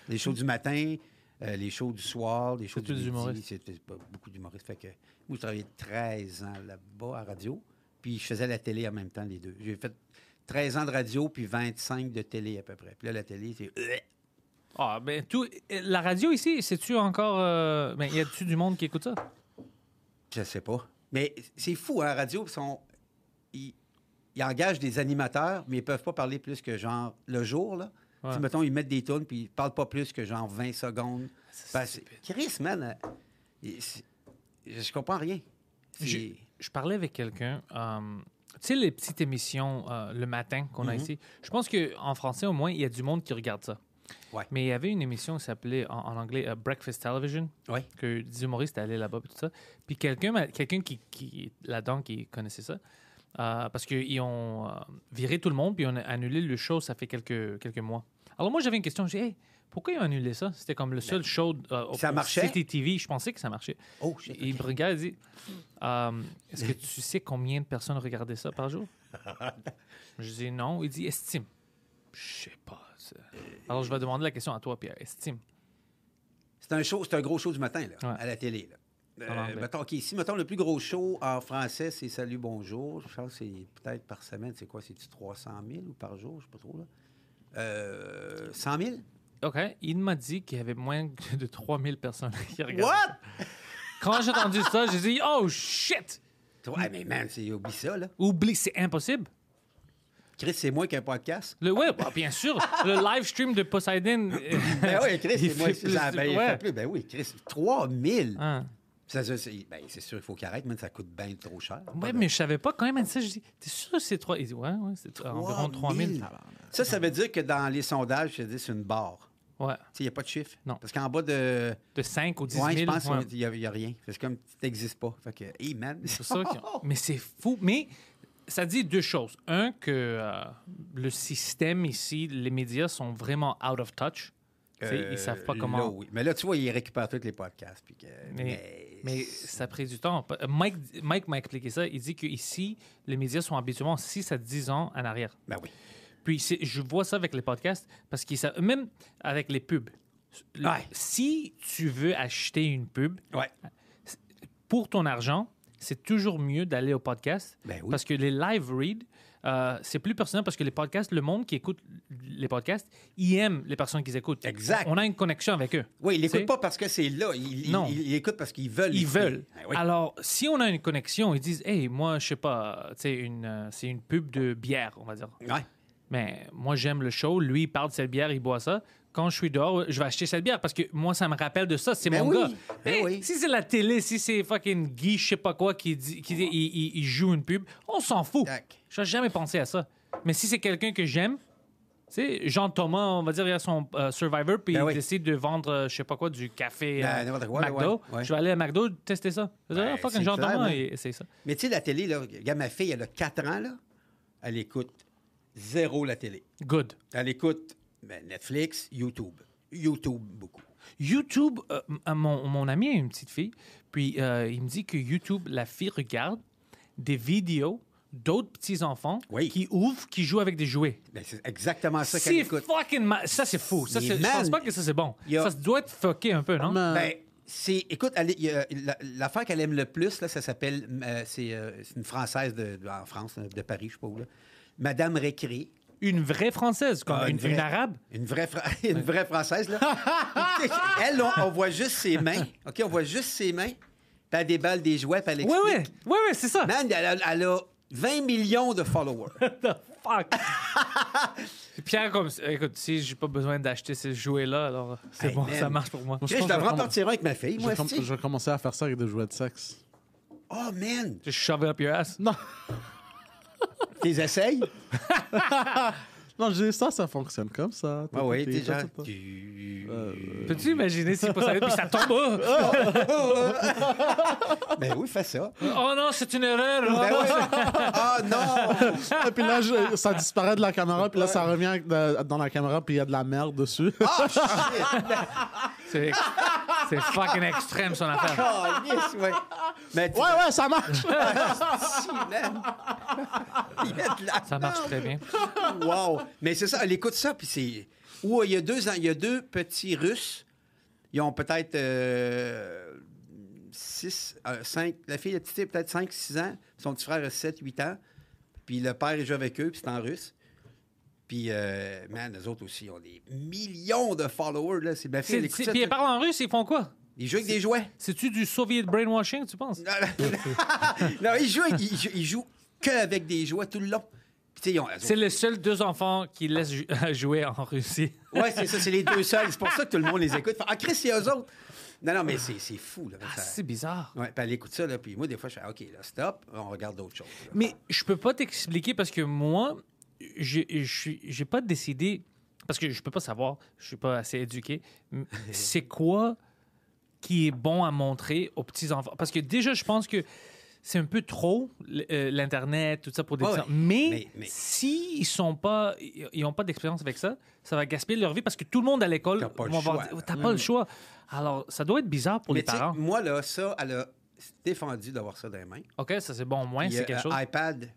Les shows du matin, euh, les shows du soir, les shows
C'est
du
tous des
midi,
humoristes.
c'est c'est pas beaucoup d'humoristes. Fait que moi, je travaillais 13 ans là-bas à radio, puis je faisais la télé en même temps, les deux. J'ai fait 13 ans de radio, puis 25 de télé à peu près. Puis là, la télé, c'est...
Ah, ben, tout... La radio ici, c'est-tu encore. euh, Ben, y a-tu du monde qui écoute ça?
Je sais pas. Mais c'est fou, hein, radio, ils sont. Ils, ils engagent des animateurs, mais ils peuvent pas parler plus que genre le jour, là.
Ouais.
Tu sais, mettons, ils mettent des tunes, puis ils parlent pas plus que genre 20 secondes. Ben, c'est- Chris, man, euh, il- c'est- je comprends rien. C'est-
J'ai- je parlais avec quelqu'un. euh, tu sais, les petites émissions euh, le matin qu'on
Mhm.
a ici, je pense qu'en français, au moins, il y a du monde qui regarde ça.
Ouais.
Mais il y avait une émission qui s'appelait en, en anglais euh, Breakfast Television,
Ouais.
que des humoristes allaient là-bas et tout ça. Puis quelqu'un m'a- quelqu'un qui, qui est là-dedans qui connaissait ça, euh, parce qu'ils ont euh, viré tout le monde puis on a annulé le show, ça fait quelques, quelques mois. Alors moi, j'avais une question. J'ai dit, Hey, pourquoi ils ont annulé ça? C'était comme le seul show euh, au
Ben, Ça marchait?
CTV. Je pensais que ça marchait.
Oh, shit,
Il me regarde et dit Euh, Est-ce que tu sais combien
[laughs]
de personnes regardaient ça par jour Je dis non. Il dit Estime. Je sais pas. c'est- Alors, je vais demander la question à toi, Pierre. Estime.
C'est un show, c'est un gros show du matin, là,
Ouais.
à la télé. Là.
En
Euh,
anglais.
mettons, OK, ici, mettons, le plus gros show en français, c'est Salut, bonjour. Je pense que c'est peut-être par semaine, c'est quoi? C'est-tu 300 000 ou par jour? Je sais pas trop, là. Euh, 100 000?
OK. Il m'a dit qu'il y avait moins de 3000 personnes qui regardaient.
What?
Quand j'ai entendu ça, j'ai dit Oh shit
Toi, ah, mais man, c'est, oublie ça, là.
Oublie, c'est impossible.
Chris, c'est moins qu'un podcast.
Le web, ah, bien sûr. le live stream de Poseidon. euh,
[laughs] Ben oui, Chris,
Il
c'est moins
fait
que ça.
plus-
Ben, il
ouais.
fait plus. Ben oui, Chris, 3 000!
hein.
Ça, ça, c'est, ben, c'est sûr, il faut qu'il arrête, mais ça coûte bien trop cher. Pas
Ouais,
de-
mais je savais pas quand même. Ça, je dis T'es sûr que c'est 3 Il dit Ouais, ouais, c'est euh, environ 3000.
Ben, Ça, ça veut dire que dans les sondages, c'est c'est une barre.
Ouais.
Tu sais, Il n'y a pas de chiffre.
Non.
Parce qu'en bas de.
De 5 ou 10 000.
ouais, je pense
ouais.
qu'il n'y a, il y a rien. C'est comme tu n'existes pas. Fait que, hey man.
C'est ça qu'ils ont-
[laughs]
Mais c'est fou. Mais ça dit deux choses. Un, que euh, le système ici, les médias sont vraiment out of touch. Tu sais,
Euh,
ils savent pas
là,
comment.
oui. Mais là, tu vois, ils récupèrent tous les podcasts. Puis que,
Mais,
mais.
mais ça a pris du temps. Pa- Mike, Mike m'a expliqué ça. Il dit qu'ici, les médias sont habituellement 6 à 10 ans en arrière.
Ben oui.
Puis c'est- je vois ça avec les podcasts, parce qu'ils savent, même avec les pubs. Le-
Ouais.
Si tu veux acheter une pub,
Ouais.
pour ton argent, c'est toujours mieux d'aller au podcast.
Ben oui.
Parce que les live read, euh, c'est plus personnel parce que les podcasts, le monde qui écoute les podcasts, ils aiment les personnes qu'ils écoutent.
Exact.
On a une connexion avec eux.
Oui, ils
Tu sais?
l'écoutent pas parce que c'est là. Ils,
Non.
Ils, ils écoutent parce qu'ils veulent.
Ils
l'écouter.
veulent.
Ben oui.
Alors, si on a une connexion, ils disent, hey, moi, je sais pas, tu sais, une, euh, c'est une pub de bière, on va dire.
Ouais.
Mais moi, j'aime le show. Lui, il parle de cette bière, il boit ça. Quand je suis dehors, je vais acheter cette bière parce que moi, ça me rappelle de ça. C'est
Ben
mon
oui,
gars.
ben
Hey,
oui.
Si c'est la télé, si c'est fucking Guy, je sais pas quoi, qui, dit, qui dit- il, il- il joue une pub, on s'en fout.
Tac.
Je n'ai jamais pensé à ça. Mais si c'est quelqu'un que j'aime, tu sais, Jean Thomas, on va dire, il a son euh, Survivor, puis
Ben
il
oui.
décide de vendre, euh, je sais pas quoi, du café
Ben,
euh,
n'importe quoi,
McDo.
ouais, ouais.
Je vais aller à McDo tester ça. Je vais dire,
Ben,
Ah, fucking
c'est
Jean
clair,
Thomas,
hein.
et- et c'est ça.
Mais tu sais, la télé, là, regarde, ma fille, elle a 4 ans, là. Elle écoute zéro la télé.
Good.
Elle écoute ben, Netflix, YouTube. YouTube, beaucoup.
YouTube, euh, m- euh, mon, mon ami a une petite fille, puis euh, il me dit que YouTube, la fille regarde des vidéos d'autres petits-enfants
Oui.
qui ouvrent, qui jouent avec des jouets.
Ben, c'est exactement ça qu'elle
C'est
écoute.
fucking ma- Ça, c'est fou. Ça,
Mais
c'est- je
man,
pense pas que ça, c'est bon.
y a-
Ça doit être fucké un peu, non?
Ben, c'est, écoute, elle est- il y a- la- l'affaire qu'elle aime le plus, là, ça s'appelle, euh, c'est, euh, c'est une Française de, de- en France, là, de Paris, je sais pas où, là. Madame Récré.
Une vraie Française, comme
Ah,
une,
vraie-
une Arabe.
Une vraie, Fra- [laughs] une vraie Française,
[laughs]
là. elle, on, on voit juste ses mains. OK, on voit juste ses mains. Puis elle déballe des jouets, puis elle
Oui,
explique.
oui, oui, oui, c'est ça.
Man, elle a, elle a 20 millions de followers. [laughs]
Fuck. Pierre, comme, écoute, si j'ai pas besoin d'acheter ces jouets-là, alors [laughs] c'est
Hey,
bon,
man.
ça marche pour moi.
Chris, Je devrais en partir un avec ma fille,
Je
moi,
vais, com-
c'est-tu?
je vais commencer à faire ça avec des jouets de sexe.
Oh, man!
Je shove up your ass.
Non, [laughs]
Tes essais?
non, j'ai ça, ça fonctionne comme ça.
Ah oui,
T'es-
t'es
t'es-
genre...
t'es- t'es-
Tu-
Peux-tu imaginer si Poseidon, puis ça tombe ah!
Ben oui, fais ça.
Oh non, c'est une erreur.
Ben oui. Ah non!
Ah, puis là, je- ça disparaît de la caméra, puis là, ça revient avec de- dans la caméra, puis il y a de la merde dessus.
Ah, shit!
C'est c'est fucking extrême son affaire.
Ah, yes, ouais. Mais tu
[laughs] Ouais, ouais, ça marche!
si, man. Il y a de la
Ça marche très bien.
Wow! Mais c'est ça, elle écoute ça, puis c'est. Ou il y a deux ans, il y a deux petits Russes. Ils ont peut-être euh, 6, 5. La fille, la petite fille, peut-être 5, 6 ans. Son petit frère a 7, 8 ans. Puis le père il joue avec eux, puis c'est en russe. Puis, euh, man, les autres aussi ont des millions de followers. Là. C'est ma fille, elle
C'est-
écoute
c'est-
ça.
Puis ils parlent en russe, ils font quoi?
Ils jouent avec des jouets. [laughs]
C'est-tu du soviet brainwashing, tu penses?
Non, non. non, ils jouent, avec- ils, jouent- ils jouent que avec des jouets tout le long. Puis, tu sais, ils ont-
C'est les seuls deux enfants qui laissent ju- [laughs] jouer en Russie.
Oui, c'est ça, c'est les deux seuls. C'est pour ça que tout le monde les écoute. Fait, Ah, Chris, c'est eux autres. Non, non, mais c'est c'est fou. Là,
Ah,
Ça-
c'est bizarre.
Ouais, puis elle écoute ça, là, puis moi, des fois, je fais, Ah, OK, là, stop, on regarde d'autres choses. là.
Mais je peux pas t'expliquer parce que moi, j'ai- je suis- j'ai pas décidé parce que je peux pas savoir, je suis pas assez éduqué.
[laughs]
m- C'est quoi qui est bon à montrer aux petits enfants Parce que déjà, je pense que c'est un peu trop l- euh, l'internet, tout ça pour des
Ouais,
petits-
ouais.
Mais,
Mais- mais-
si ils sont pas, ils ils ont pas d'expérience avec ça, ça va gaspiller leur vie parce que tout le monde à l'école,
T'as pas le
vont avoir
choix,
dit,
là.
t'as pas le choix. Alors, ça doit être bizarre pour
Mais
les
tu sais,
parents.
moi, là, ça, elle a défendu d'avoir ça dans les mains.
Ok, ça c'est bon au moins,
Puis,
Ah, c'est
euh,
quelque chose.
euh, iPad,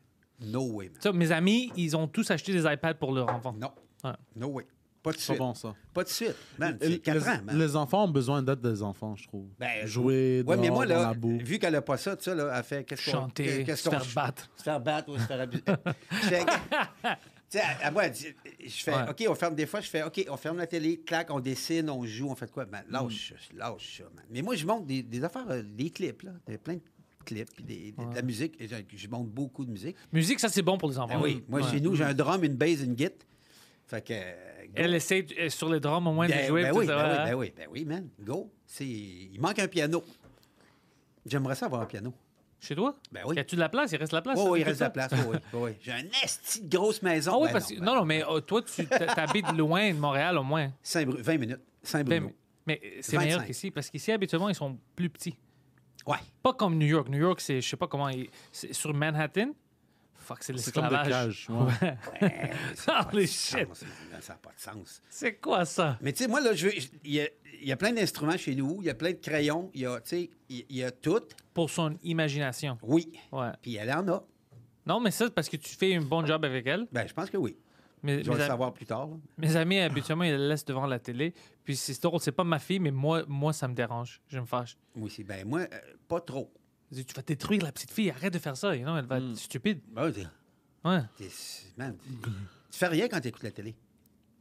no way, man.
Tu sais, mes amis, ils ont tous acheté des iPads pour leurs enfants.
Non,
Ouais.
no way. Pas de
C'est
suite.
pas bon, ça.
Pas de suite. Man,
Les,
c'est 4 ans, man.
les enfants ont besoin d'être des enfants, je trouve.
Ben,
Jouer
Ouais, mais
dehors,
moi,
dans
là, euh,
la boue.
vu qu'elle a pas ça, tu sais, là, elle fait qu'est-ce qu'on-
Chanter,
qu'est-ce
se
qu'on-
faire battre.
Se faire battre ou se faire
[laughs]
abuser. Je fais- Tu sais, à- à moi, elle dit- je fais,
Ouais.
OK, on ferme des fois, je fais, OK, on ferme la télé, clac, on dessine, on joue, on fait de quoi?
Mm.
Ben, lâche, lâche ça, man. Mais moi, je monte des, des affaires, euh, des clips, là. Des- plein de clips, puis des- de la musique. Et je- Je monte beaucoup de musique.
Musique, ça, c'est bon pour les
Ben
enfants.
oui, moi,
Ah Ouais.
chez nous, j'ai un drum, une bass, une guitare. Fait que... euh, go.
Elle essaie euh, sur les drums au moins de
Ben,
jouer.
ben
puis
oui,
ça,
ben
ouais,
oui,
hein.
ben oui, ben oui, man. Go. C'est- Il manque un piano. J'aimerais ça avoir un piano.
Chez toi?
Ben oui.
Y a-tu de la place? Il reste de la place?
Oui,
Ah, ça,
oui, il
tout
reste de
ça?
la place. oui, oui, oui, oui. J'ai une esti de grosse maison.
Ah oui,
Ben
parce que.
ben,
Non, non, mais euh, toi, tu t'a- t'habites loin de Montréal au moins.
Saint-Bru- 20 minutes.
Ben,
Saint-Bruno.
mais euh, c'est meilleur
25.
qu'ici, parce qu'ici, habituellement, ils sont plus petits.
Ouais.
Pas comme New York. New York, c'est, je sais pas comment, il- c'est sur Manhattan. Fuck, c'est de
C'est comme
[laughs]
des
l'esclavage.
cages. ouais.
Holy
Ah, Ça
shit!
n'a pas de sens.
C'est quoi ça?
Mais tu sais, moi, là, je veux- je- il y, a- il y a plein d'instruments chez nous. Il y a plein de crayons. Il y a, tu sais, il il y a tout.
Pour son imagination.
Oui.
Ouais.
Puis elle en a.
Non, mais ça, c'est parce que tu fais un bon job avec elle.
Ben, je pense que oui.
Mais,
Je vais
mes,
le
a-
savoir plus tard. là.
mes amis, habituellement, ils la laissent devant la télé. Puis c'est drôle, c'est pas ma fille, mais moi, moi ça me dérange. Je me fâche.
Moi aussi. Ben, moi, euh, pas trop.
Je dis, tu vas détruire la petite fille, arrête de faire ça. Et non, elle va être stupide.
Ben, t'es-
Ouais.
t'es- man, t'es- tu fais rien quand tu écoutes la télé.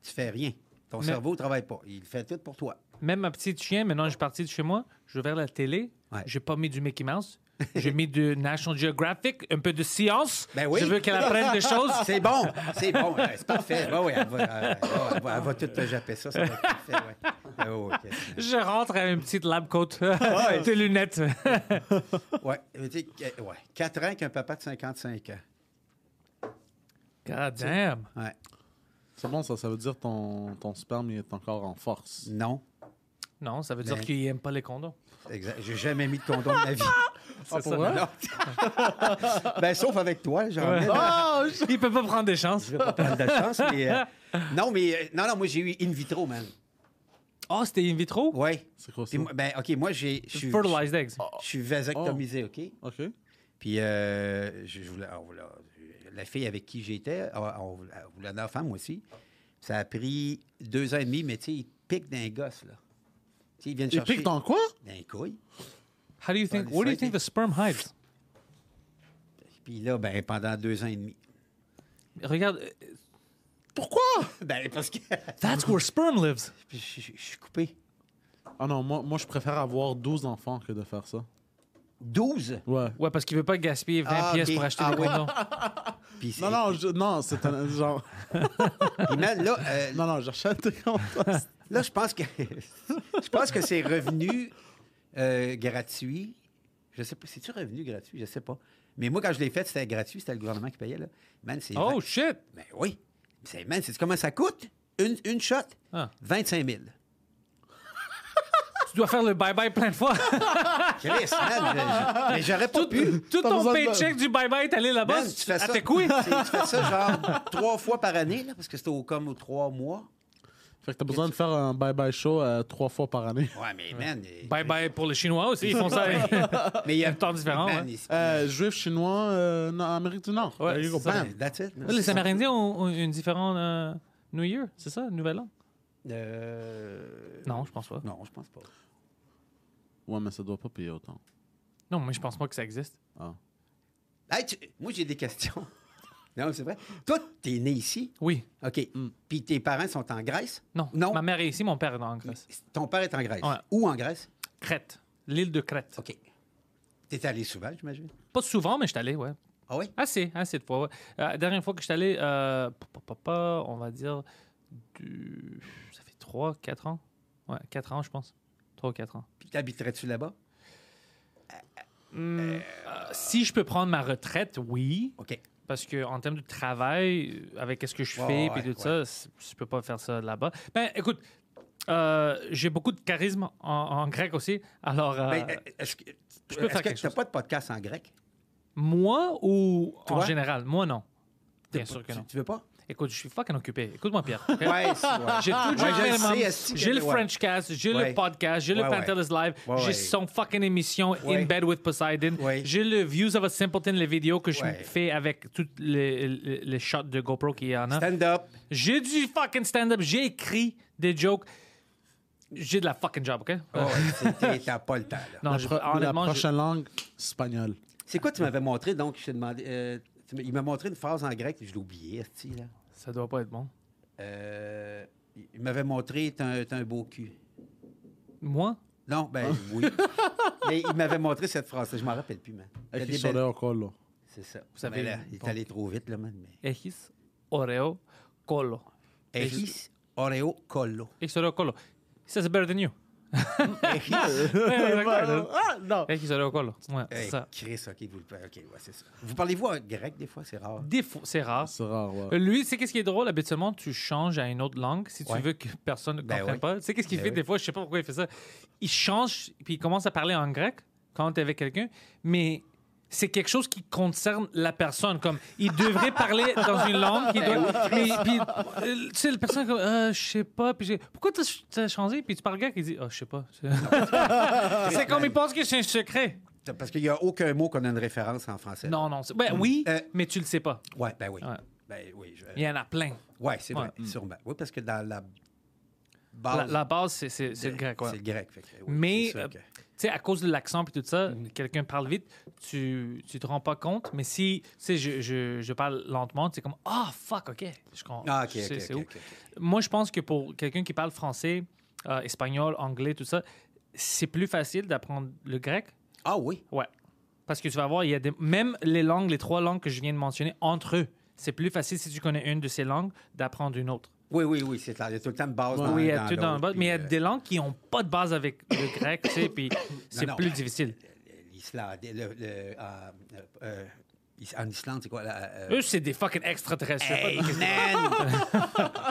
Tu fais rien. Ton
Mais-
cerveau ne travaille pas. Il fait tout pour toi.
Même ma petite chien, maintenant je suis parti de chez moi, je vais vers la télé,
Ouais.
j'ai pas mis du Mickey Mouse, j'ai mis du National Geographic, un peu de science.
Ben oui.
Je veux qu'elle apprenne des choses.
C'est bon, c'est bon, ouais, c'est parfait. Oui, oui, elle va, euh, ouais, elle va, elle va tout te japper ça, ça va être parfait,
[laughs]
oui. Ouais, ouais, ouais, qu'est-ce
Je rentre avec une petite lab coat, [laughs] des lunettes.
que- ouais, mais tu sais, qu- ouais, 4 ans qu'un papa de 55 ans.
God damn.
Ouais.
C'est bon, ça. Ça veut dire que ton, ton sperme il est encore en force.
Non,
Non, ça veut
Ben.
dire qu'il aime pas les condoms.
exact. J'ai jamais mis de condom de ma
[laughs]
vie.
C'est ça. hein?
Non. ben, sauf avec toi, j'en ai.
Ah!
[laughs] Il peut pas prendre des chances.
Je vais pas prendre de chance, mais. euh, non, mais. euh, non, non, moi, j'ai eu in vitro, man.
Oh, c'était in vitro?
Ouais.
C'est quoi
Puis
ça?
moi- Ben, OK, moi, j'ai. Je suis-
Fertilized eggs.
je suis vasectomisé, OK?
OK.
Puis, euh, je, je voulais, on voulait- la fille avec qui j'étais, on, on voulait- on voulait une femme aussi. Ça a pris deux ans et demi, mais tu sais, ils piquent d'un gosse, là. Tu sais, ils viennent
Il
chercher
pique dans quoi?
d'un couille.
How do you think, what do you think the sperm hides?
Puis là, ben, pendant deux ans et demi.
Regarde, euh,
Pourquoi? [laughs] Ben, parce que
that's where sperm lives.
je, je- je suis coupé.
Ah non, moi, moi, je préfère avoir 12 enfants que de faire ça.
12?
Ouais.
Ouais, parce qu'il veut pas gaspiller 20
Ah,
pièces
ok.
pour acheter
Ah
des
ouais.
condoms.
Puis c'est-
Non, non, je- non, c'est un [laughs] genre.
puis man, là, euh,
Non, non, j'achète des condoms.
là, je pense que [laughs] je pense que c'est revenu euh, gratuit. Je sais pas, c'est-tu revenu gratuit? Je sais pas. Mais moi, quand je l'ai fait, c'était gratuit, c'était le gouvernement qui payait, là. Man, c'est
[laughs] Oh, shit!
Ben oui. C'est, man, c'est comment ça coûte? Une, une shot?
Ah.
25 000.
Tu dois faire le bye-bye plein de fois.
Chris, man, je- je- mais j'aurais pas
tout,
pu.
tout
T'as
ton
besoin de-
paycheck du bye-bye est allé là-bas.
Man, tu fais
à
ça.
tes couilles.
[laughs] tu tu fais ça genre trois fois par année, là, parce que c'était au, comme aux trois mois.
Fait que t'as besoin de faire un bye-bye show euh, trois fois par année.
Ouais, mais man. il-
Bye-bye pour les Chinois aussi, ils font [laughs] ça.
Mais il y a
Ben, temps différent,
Man,
ouais.
il-
[laughs] Euh, juif, chinois, euh, non, Amérique du Nord.
Ouais,
There you go,
c'est ça.
bam.
man, that's it, man.
les Amérindiens ont, ont une différente euh, New Year, c'est ça, Nouvel An?
Euh,
Non, je pense pas.
Non, je pense pas.
Ouais, mais ça doit pas payer autant.
Non, mais je pense pas que ça existe.
Ah.
Hey, tu- Moi, j'ai des questions. [laughs] non, c'est vrai. Toi, t'es né ici.
Oui.
OK. Puis tes parents sont en Grèce.
Mm. Non.
Non.
Ma mère est ici, mon père est en Grèce.
Ton père est en Grèce.
Ouais.
Où en Grèce?
Crète. L'île de Crète.
OK. T'es allé souvent, j'imagine.
Pas souvent, mais je suis allé, ouais.
Ah oui?
Assez, assez de fois. ouais. Euh, La dernière fois que je suis allé, euh, pa- pa- pa- pa, on va dire, du- ça fait 3, 4 ans. Ouais, 4 ans, je pense. 3 ou 4 ans.
Puis t'habiterais-tu là-bas? Hmm.
Euh, Si je peux prendre ma retraite, oui.
OK.
Parce que en termes de travail, euh, avec ce que je
Ouais,
fais
ouais,
puis tout
ouais.
ça, c- je peux pas faire ça là-bas. Ben, écoute, euh, j'ai beaucoup de charisme en, en grec aussi. Alors, euh,
Ben, euh, est-ce que
peux faire
est-ce que
quelque
t'as
chose.
pas de podcast en grec?
moi ou en
toi?
général, moi non. Bien
T'as pas-
sûr que
tu-
non.
Tu veux pas?
Écoute, je suis fucking occupé.
[laughs]
Écoute-moi, Pierre. ok?
Ouais, c'est- ouais.
J'ai tout
Ah, Ouais, je le sais, est-ce
le
que-
J'ai le
ouais.
Frenchcast, j'ai le
Ouais.
podcast, j'ai le
Ouais, ouais.
Pantelis Live,
Ouais,
j'ai
ouais.
son fucking émission In
Ouais.
Bed with Poseidon,
Ouais.
j'ai le Views of a Simpleton, les vidéos que je
Ouais.
fais avec toutes les, les- les shots de GoPro qu'il y en a.
Stand-up.
J'ai du fucking stand-up, j'ai écrit des jokes. J'ai de la fucking job, OK? Euh,
Ouais, [laughs] c'est- t'es- t'as pas le temps, là.
Oh, Non,
La,
je-
pro- la
honnêtement, je-
prochaine langue, espagnol.
C'est quoi tu m'avais montré, donc, je t'ai demandé... euh, tu m'as- il m'a montré une phrase en grec, je l'ai oubliée, esti, là.
ça doit pas être bon.
Euh, il il m'avait montré, t'as un, t'as un beau cul.
Moi?
Non, ben oui. Mais il m'avait montré cette phrase-là, je m'en rappelle plus, man. T'as
Écrit
des
Ah, sur
belles-
le colo.
C'est ça. Vous
savez,
savez, là, il
bon.
est allé trop vite, là, man. Mais...
Ejis, Oreo, Colo.
Eris Oreo Collo.
Ejis, Oreo, Colo. He says it better than you.
[laughs]
Ah, non.
Ejis, Oreo, Colo. Ouais, c'est
Hey,
ça.
Chris, OK, vous le parlez. OK, ouais, c'est ça. Vous parlez-vous en grec, des fois? C'est rare.
Des fois, c'est rare.
C'est rare, ouais.
Euh, Lui, c'est qu'est-ce qui est drôle? Habituellement, tu changes à une autre langue si tu
Ouais.
veux que personne ne
Ben
comprenne
oui.
pas. Tu sais, qu'est-ce qu'il
Ben
fait
oui.
des fois? Je sais pas pourquoi il fait ça. Il change, puis il commence à parler en grec quand tu avec quelqu'un, mais c'est quelque chose qui concerne la personne. Comme, il
[laughs]
devrait parler dans une langue qui doit.
Ben
mais- puis, euh, tu sais, la personne, est comme, Euh, je sais pas. Puis j'ai, pourquoi t'as, t'as changé? Puis tu parles grec, il dit, oh, je sais pas.
[laughs]
c'est comme il pense que c'est un secret.
Parce qu'il n'y a aucun mot qu'on a une référence en français.
Non, non. c'est- Ben oui,
Euh,
mais tu le sais pas.
Ouais, ben oui.
Ouais.
Ben oui, je...
Il y en a plein.
ouais, c'est vrai,
Ouais.
sûrement. Oui, parce que dans la
La,
base...
la base, c'est, c'est- c'est le grec. ouais.
ah, C'est le grec. fait que, oui,
Mais,
c'est sûr
euh,
que-
tu sais, à cause de l'accent et tout ça, quelqu'un parle vite, tu, tu te rends pas compte. Mais si, tu sais, je, je, je parle lentement, c'est comme Ah, fuck, OK. Je comprends.
Ah, OK,
Je sais
OK,
c'est
OK,
où.
OK,
Moi, je pense que pour quelqu'un qui parle français, euh, espagnol, anglais, tout ça, c'est plus facile d'apprendre le grec.
Ah oui?
Ouais. Parce que tu vas voir, il y a des... même les langues, les trois langues que je viens de mentionner, entre eux, c'est plus facile si tu connais une de ces langues d'apprendre une autre.
Oui, oui, oui, c'est clair. Il y a tout le temps de base dans
Oui, il y a tout dans le
l'autre,
bas,
puis,
mais il y a
euh,
des langues qui n'ont pas de base avec le grec, tu sais, puis c'est
non,
plus
ben,
difficile.
L'Islandais, le- le- euh, euh, Is- en Islande, c'est quoi? La, euh,
Eux, c'est des fucking extraterrestres. je sais pas.
hey, man!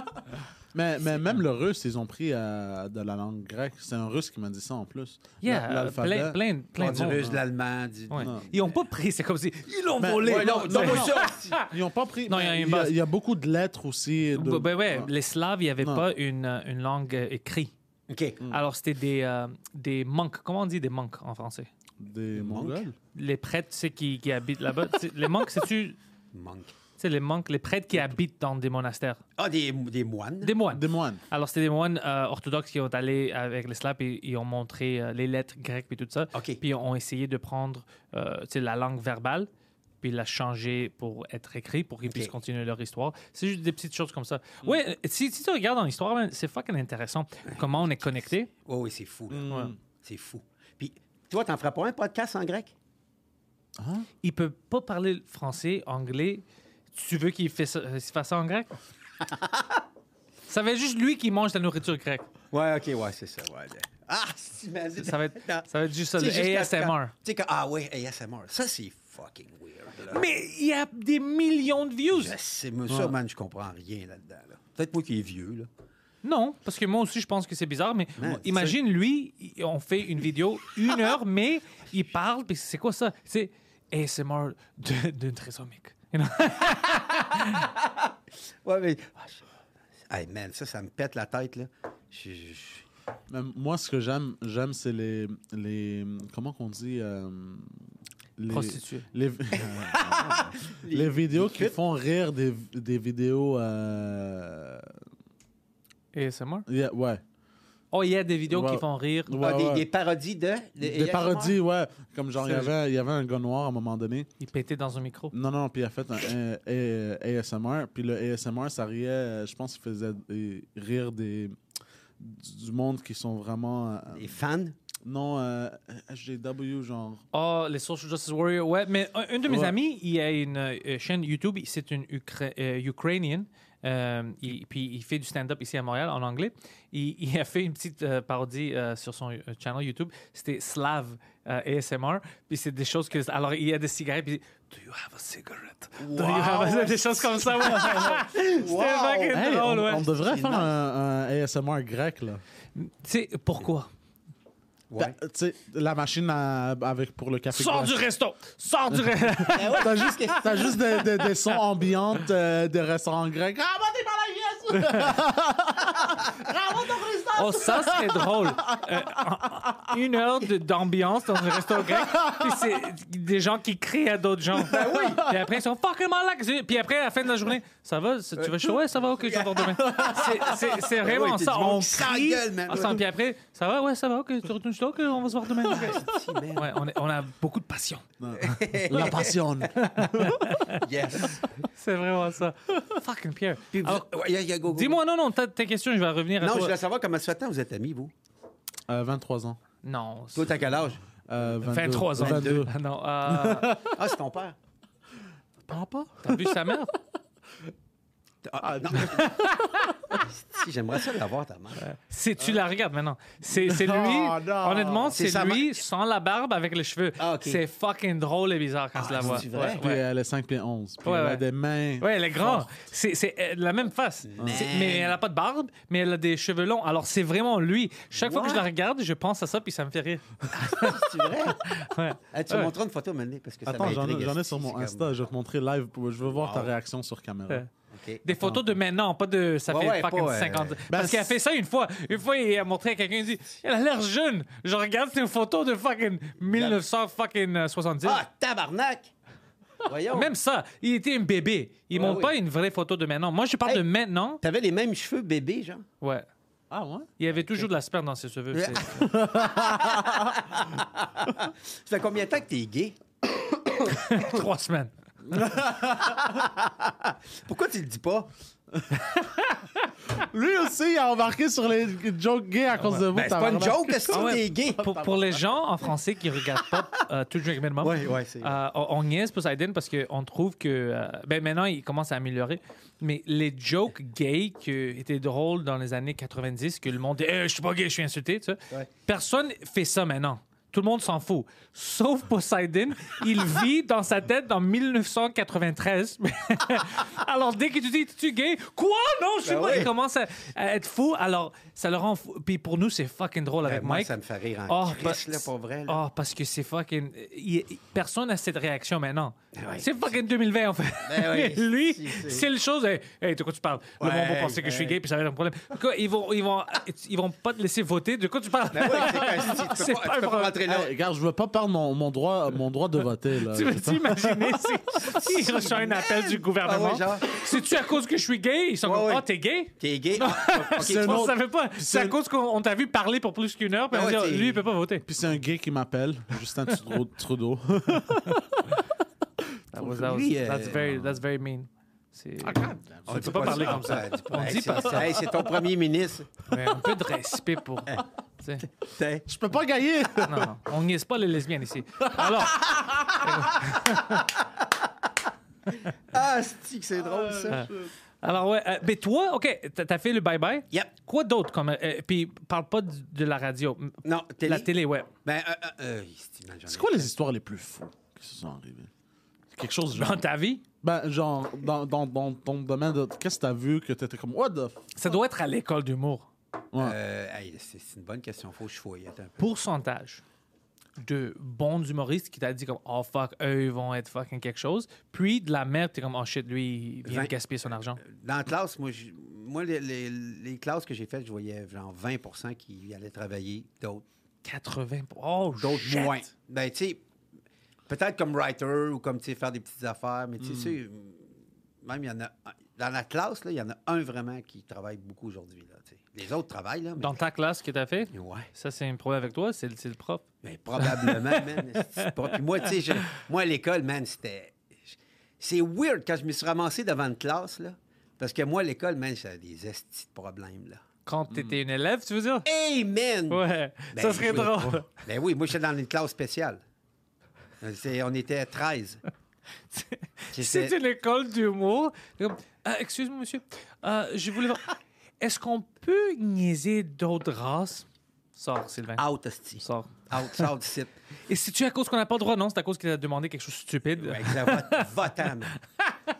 Mais, mais même le russe, ils ont pris euh, de la langue grecque. C'est un russe qui m'a dit ça en plus.
Yeah, euh,
L- l'alphabet.
plein, plein, [laughs] plein
On
de
du
monde. hein.
russe, de l'allemand, du...
Ouais. Ils n'ont pas pris, c'est comme si. Ils l'ont
Ben,
volé.
ouais, non,
Ben,
non,
non. [laughs]
Ils n'ont pas pris.
Non, il y a
mais
une
il y, a,
base.
il y a beaucoup de lettres aussi. de- Ah,
Ben, ben ouais,
Ouais.
les Slaves, il n'y avait
Non.
pas une, euh, une langue euh, écrite.
OK.
Alors, c'était des, euh, des monks. Comment on dit des monks en français
Des Mongols.
Les prêtres, tu sais, qui, qui habitent là-bas. Tu sais, les monks, [laughs] c'est-tu. Tu
Monk.
sais, les monks, les prêtres qui habitent dans des monastères.
Ah, des, des moines.
Des moines.
Des moines.
Alors, c'était des moines euh, orthodoxes qui ont allé avec les Slaves et ils ont montré euh, les lettres grecques et tout ça.
OK.
Puis ils ont essayé de prendre euh, tu sais, la langue verbale, puis la changer pour être écrit, pour qu'ils puissent continuer leur histoire. C'est juste des petites choses comme ça. Ouais, euh, si, si tu regardes en histoire, man, c'est fucking intéressant comment on est connecté.
Oui, oui, c'est fou. là.
Ouais.
C'est fou. Puis, toi, t'en feras pas un podcast en grec?
Il peut pas parler français, anglais. Tu veux qu'il fasse, euh, qu'il fasse ça en [laughs] grec? ça va être juste lui qui mange la nourriture grecque.
Ouais, OK, ouais, c'est ça. Ouais. Ah, si, mais-
Ça va être,
Non.
ça va être juste ça,
Tu
le
sais, juste parce que-
ASMR.
Tu sais que, ah oui, ASMR. Ça, c'est fucking weird. là.
Mais il y a des millions de views.
Je sais, mais ça, man, je comprends rien là-dedans. là. Peut-être moi qui est vieux, là.
Non, parce que moi aussi, je pense que c'est bizarre, mais
Man,
imagine, lui, il- on fait une vidéo, une [laughs] heure, mais il parle, puis c'est quoi ça? C'est ASMR de, de trisomique. [laughs] You know?
Ouais, mais. ah, je- Hey, man, ça, ça me pète la tête, là. Je- je- je-
Mais moi, ce que j'aime, j'aime, c'est les, les. Comment qu'on dit euh, les,
Prostituées. [laughs]
Les, les vidéos qui font rire des, des vidéos. euh,
ASMR?
yeah, ouais.
Oh, il y a des vidéos qui
Ouais.
font rire.
Ouais,
Ah, des,
ouais.
des parodies de. de
Des
ASMR?
parodies, ouais. Comme genre, il y,
C'est-
avait, il y avait un gars noir à un moment donné.
Il pétait dans un micro.
Non, non, puis il a fait un euh, euh, ASMR. Puis le ASMR, ça riait, euh, je pense qu'il faisait euh, rire des, du monde qui sont vraiment. euh,
Des
Ben,
fans.
non, euh, HJW, genre.
Oh, les Social Justice Warriors. Ouais, mais un, un de mes
Ouais.
amis, il a une euh, chaîne YouTube, c'est une Ukra- euh, Ukrainienne. Euh, il- puis il fait du stand-up ici à Montréal en anglais. Il, [laughs] il a fait une petite euh, parodie euh, sur son euh, channel YouTube. C'était Slav euh, ASMR. Puis c'est des choses que. Alors il y a des cigarettes. Puis Do you have a cigarette? Do you have a- [laughs] Des choses comme ça. ouais.
[laughs]
C'était
Wow.
fucking
Hey,
drôle,
on,
ouais.
on devrait
C'est
faire
nice.
un, un ASMR grec, là.
Tu sais, pourquoi?
Ouais.
Tu sais, la machine à- avec, pour le café.
Sors du
glacé.
resto! Sors
[laughs]
du resto!
Ah ouais, T'as juste, t'as juste des, des- des sons ambiants euh, de restaurants grecs. Ah, bah, t'es pas la
[laughs]
pièce!
Oh, ça serait drôle. Euh, en- en- une heure de- d'ambiance dans un restaurant grec. Puis c'est des gens qui crient à d'autres gens. Ben oui. Puis après, ils sont fucking malades. Puis après, à la fin de la journée, ça va, c'est- tu veux chaud? Ouais, ça va, ok, je vais voir demain. C'est- c'est- C'est vraiment
Ben oui, puis
ça.
du monde
On
qui
crie.
s'engueule, man.
ensemble. Puis après, ça va, ouais, ça va, ok, tu retournes chez toi, ok, on va se voir
[laughs]
demain. Ok. Ouais, on, est- on a beaucoup de passion.
La passion.
Yes.
C'est vraiment ça. Fucking Pierre.
Puis vous-
Alors,
ouais, y a- y a go, go, go.
Ah. Dis-moi, non, non, ta- tes questions, je vais revenir à
Non, je
toi.
voulais savoir comment ça fait tant vous êtes amis, vous.
Euh, 23 ans.
Non, c'est-
Toi, t'as quel âge?
Euh, 22.
23 ans.
22.
Ah Non,
[laughs]
euh,
Ah, c'est ton père.
pas?
t'as vu sa mère?
Ah, non. [laughs] Si, J'aimerais ça l'avoir, ta mère.
C'est tu la regardes maintenant.
[laughs]
C'est c'est lui.
Non, non.
Honnêtement,
Oh, C'est
c'est
sa
lui sans la barbe avec les cheveux.
Ah, ok. Ah,
C'est fucking drôle et bizarre quand tu la vois.
c'est vrai? euh,
Puis
Ouais, ouais.
elle est 5 pieds 11. Puis
Ouais,
elle a
ouais.
des mains.
Ouais, elle est grande. C'est c'est, euh, la même face. C'est- Mais elle a pas de barbe, mais elle a des cheveux longs. Alors c'est vraiment lui. Chaque fois que je la regarde, je pense à ça puis ça me fait rire.
C'est vrai? [laughs]
Ouais.
Hey, Eh, tu
Ouais.
me montreras une photo, Mané, parce que ça
Attends, j'en ai-
m'intrigue,
j'en ai
esti,
sur
c'est
mon
comme-
Insta. Je vais te montrer live. Je veux voir ta réaction sur caméra.
Ouais.
OK.
Des photos de maintenant, pas de ça
Ouais,
fait
ouais,
fucking
pas, euh,
50.
ben,
Parce qu'elle a
c'est-
fait ça une fois. Une fois, il a montré à quelqu'un, il dit Elle a l'air jeune. Je regarde ses photos de fucking 1970.
Ah, tabarnak! Voyons.
Ah, Même ça, il était un bébé. Ils
Ouais,
montrent
oui.
pas une vraie photo de maintenant. Moi, je parle
Hey.
de maintenant.
T'avais les mêmes cheveux bébés, genre.
Ouais.
Ah ouais?
Il y avait toujours de la sperme dans ses cheveux. c'est-
[laughs] Ça fait combien de temps que t'es gay?
Trois semaines.
Pourquoi tu le dis pas?
Lui aussi, il a embarqué sur les jokes gays à cause de vous.
Ben, c'est pas une
tabarnak.
joke, est-ce
Ah
que
ouais.
t'es gay?
Pour, pour les gens en français qui regardent
[laughs]
pas euh, Two Drink Minimum,
Ouais, ouais, c'est-
euh, on, on niaise Poseidon parce qu'on trouve que. euh, ben maintenant, il commence à améliorer. Mais les jokes gays qui étaient drôles dans les années 90, que le monde dit Eh, Je suis pas gay, je suis insulté. tu sais.
Ouais.
Personne fait ça maintenant. Tout le monde s'en fout. Sauf Poseidon, il vit dans sa tête dans 1993. [laughs] Alors, dès que tu dis, tu es gay, quoi? Non, je suis
Ben
pas.
oui.
Il commence à, à être fou. Alors, ça le rend fou. Puis pour nous, c'est fucking drôle avec
Ben, moi,
Mike.
ça me fait rire en
Ah,
crisse,
parce-
là, pour vrai, là.
ah, parce que c'est fucking. il- il- personne n'a cette réaction maintenant.
Ben ouais.
C'est fucking 2020, en fait.
Ben ouais,
Mais [laughs] lui,
si, c'est-
c'est le chose. Hey, hey, de quoi tu parles? Le
Ouais,
monde va penser que je suis
ouais.
gay, puis ça va être un problème. Quoi, ils, vont, ils, vont, ils vont pas te laisser voter. De quoi tu parles?
Ben ouais, c'est quand- si, tu peux
[laughs] C'est
pas-
pas
tu peux pas
un problème.
rentrer là.
Hey, regarde, je veux pas perdre mon, mon droit, mon droit de voter. Là.
Tu veux t'imaginer si, si reçoit un appel du gouvernement?
Ah ouais, genre.
C'est-tu à cause que je suis gay? Ils sont
Ouais,
comme,
ouais.
oh, t'es gay?
T'es gay?
[laughs]
Ah, ok,
C'est
tu
un
vois,
On
autre-
savait pas. C'est à
c'est-
cause qu'on on t'a vu parler pour plus qu'une heure, puis
Ah
on
ouais,
dit,
t'es-
lui, il peut pas voter.
Puis c'est un gay qui m'appelle,
[laughs]
Justin Trudeau- Trudeau. [laughs]
That was- that was-
lui, euh,
that's, very, that's very mean. C'est-
Ah,
on
On ne
dit
peut pas
pas
parler
ça.
comme ça.
Ah, dis pas-
On
Hey,
dit
c'est-
pas ça.
hey, c'est ton premier ministre.
Mais un peu de respect
[laughs]
pour. tu sais.
T'es-
Je peux pas gagner!
Non, non, on niaise pas les lesbiennes ici. Alors,
Ah, c'est que c'est drôle, ça.
alors ouais, euh, mais toi, ok, t'as t'as fait le bye bye.
Yep.
Quoi d'autre comme, euh, euh, puis parle pas du- de la radio. M-
Non, télé.
La télé, ouais.
Ben, euh, euh, euh, c'est mal, j'en ai-
C'est quoi les histoires les plus fous qui se sont arrivées? Quelque chose genre.
Dans ta vie,
Ben, genre, dans, dans, dans ton domaine, de... qu'est-ce que t'as vu que t'étais comme, what the f.
ça doit être à l'école d'humour.
Euh, hey, c'est c'est une bonne question. Faut que je fouille. Attends un peu.
Pourcentage de bons humoristes qui t'a dit comme oh fuck eux ils vont être fucking quelque chose puis de la merde t'es comme oh shit lui il vient de
Vingt. Euh,
gaspiller son argent
Dans la classe, moi, je- moi les, les- les classes que j'ai faites, je voyais genre 20 qui allaient travailler, d'autres
80 oh
d'autres
shit.
moins. Ben, tu sais, peut-être comme writer ou comme, tu sais, faire des petites affaires, mais tu sais, c'est-
Hmm.
même il y en a... Dans la classe, là, il y en a un vraiment qui travaille beaucoup aujourd'hui, là, tu sais. Les autres travaillent, là, mais...
dans ta classe que t'as fait
Ouais.
ça c'est un problème avec toi c'est le- c'est le prof
Mais Ben, probablement, [laughs] man. c'est pas- Puis moi, tu sais, je- moi, à l'école, man, c'était. je- C'est weird quand je me suis ramassé devant une classe, là. Parce que moi, à l'école, man, j'avais des estis de problèmes, là.
Quand t'étais une élève, tu veux dire?
Hey, man!
Ouais,
Hmm. Ben,
ça serait
je voulais
drôle. [laughs]
pas. Ben oui, moi, j'étais dans une classe spéciale. Euh, c'est- On était
[laughs]
13.
C'est
J'étais-
une école d'humour. Comme, Ah, Excuse-moi, monsieur. Euh, je
[laughs]
voulais voir. Est-ce qu'on peut niaiser d'autres races? Sors, Sylvain.
Out, esti.
Sors.
Out, sort du site.
Et si tu à cause qu'on n'a pas le droit, non, c'est à cause qu'il a demandé quelque chose de stupide.
Ouais, que Ben, ça vote- votant, man.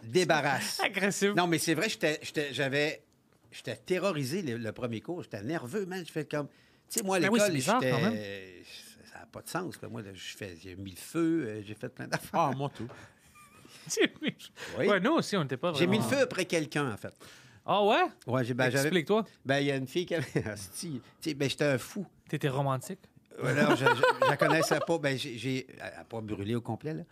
Débarrasse.
[laughs] Agressif. [laughs]
Non, mais c'est vrai, j'étais- j'étais- j'avais. J'étais terrorisé le, le premier cours. J'étais nerveux, man. Je fais comme. Tu sais, moi, à
Ben oui,
l'école,
c'est bizarre,
j'étais-
quand
ça n'a pas de sens. là. Moi, là, je fais- j'ai mis le feu, euh, j'ai fait plein d'affaires.
Ah, moi, tout.
Oui.
Ouais, nous aussi, on n'était pas
j'ai mis
vraiment-
le feu après quelqu'un, en fait.
Ah ouais?
Ouais, j'ai- ben, j'avais-
Explique-toi.
Ben, il y a une fille qui avait. [laughs] Asti, tu sais, ben, j'étais un fou.
T'étais romantique.
Alors, je, je- je la connaissais pas. Ben, j'ai- j'ai. Elle n'a pas brûlé au complet, là.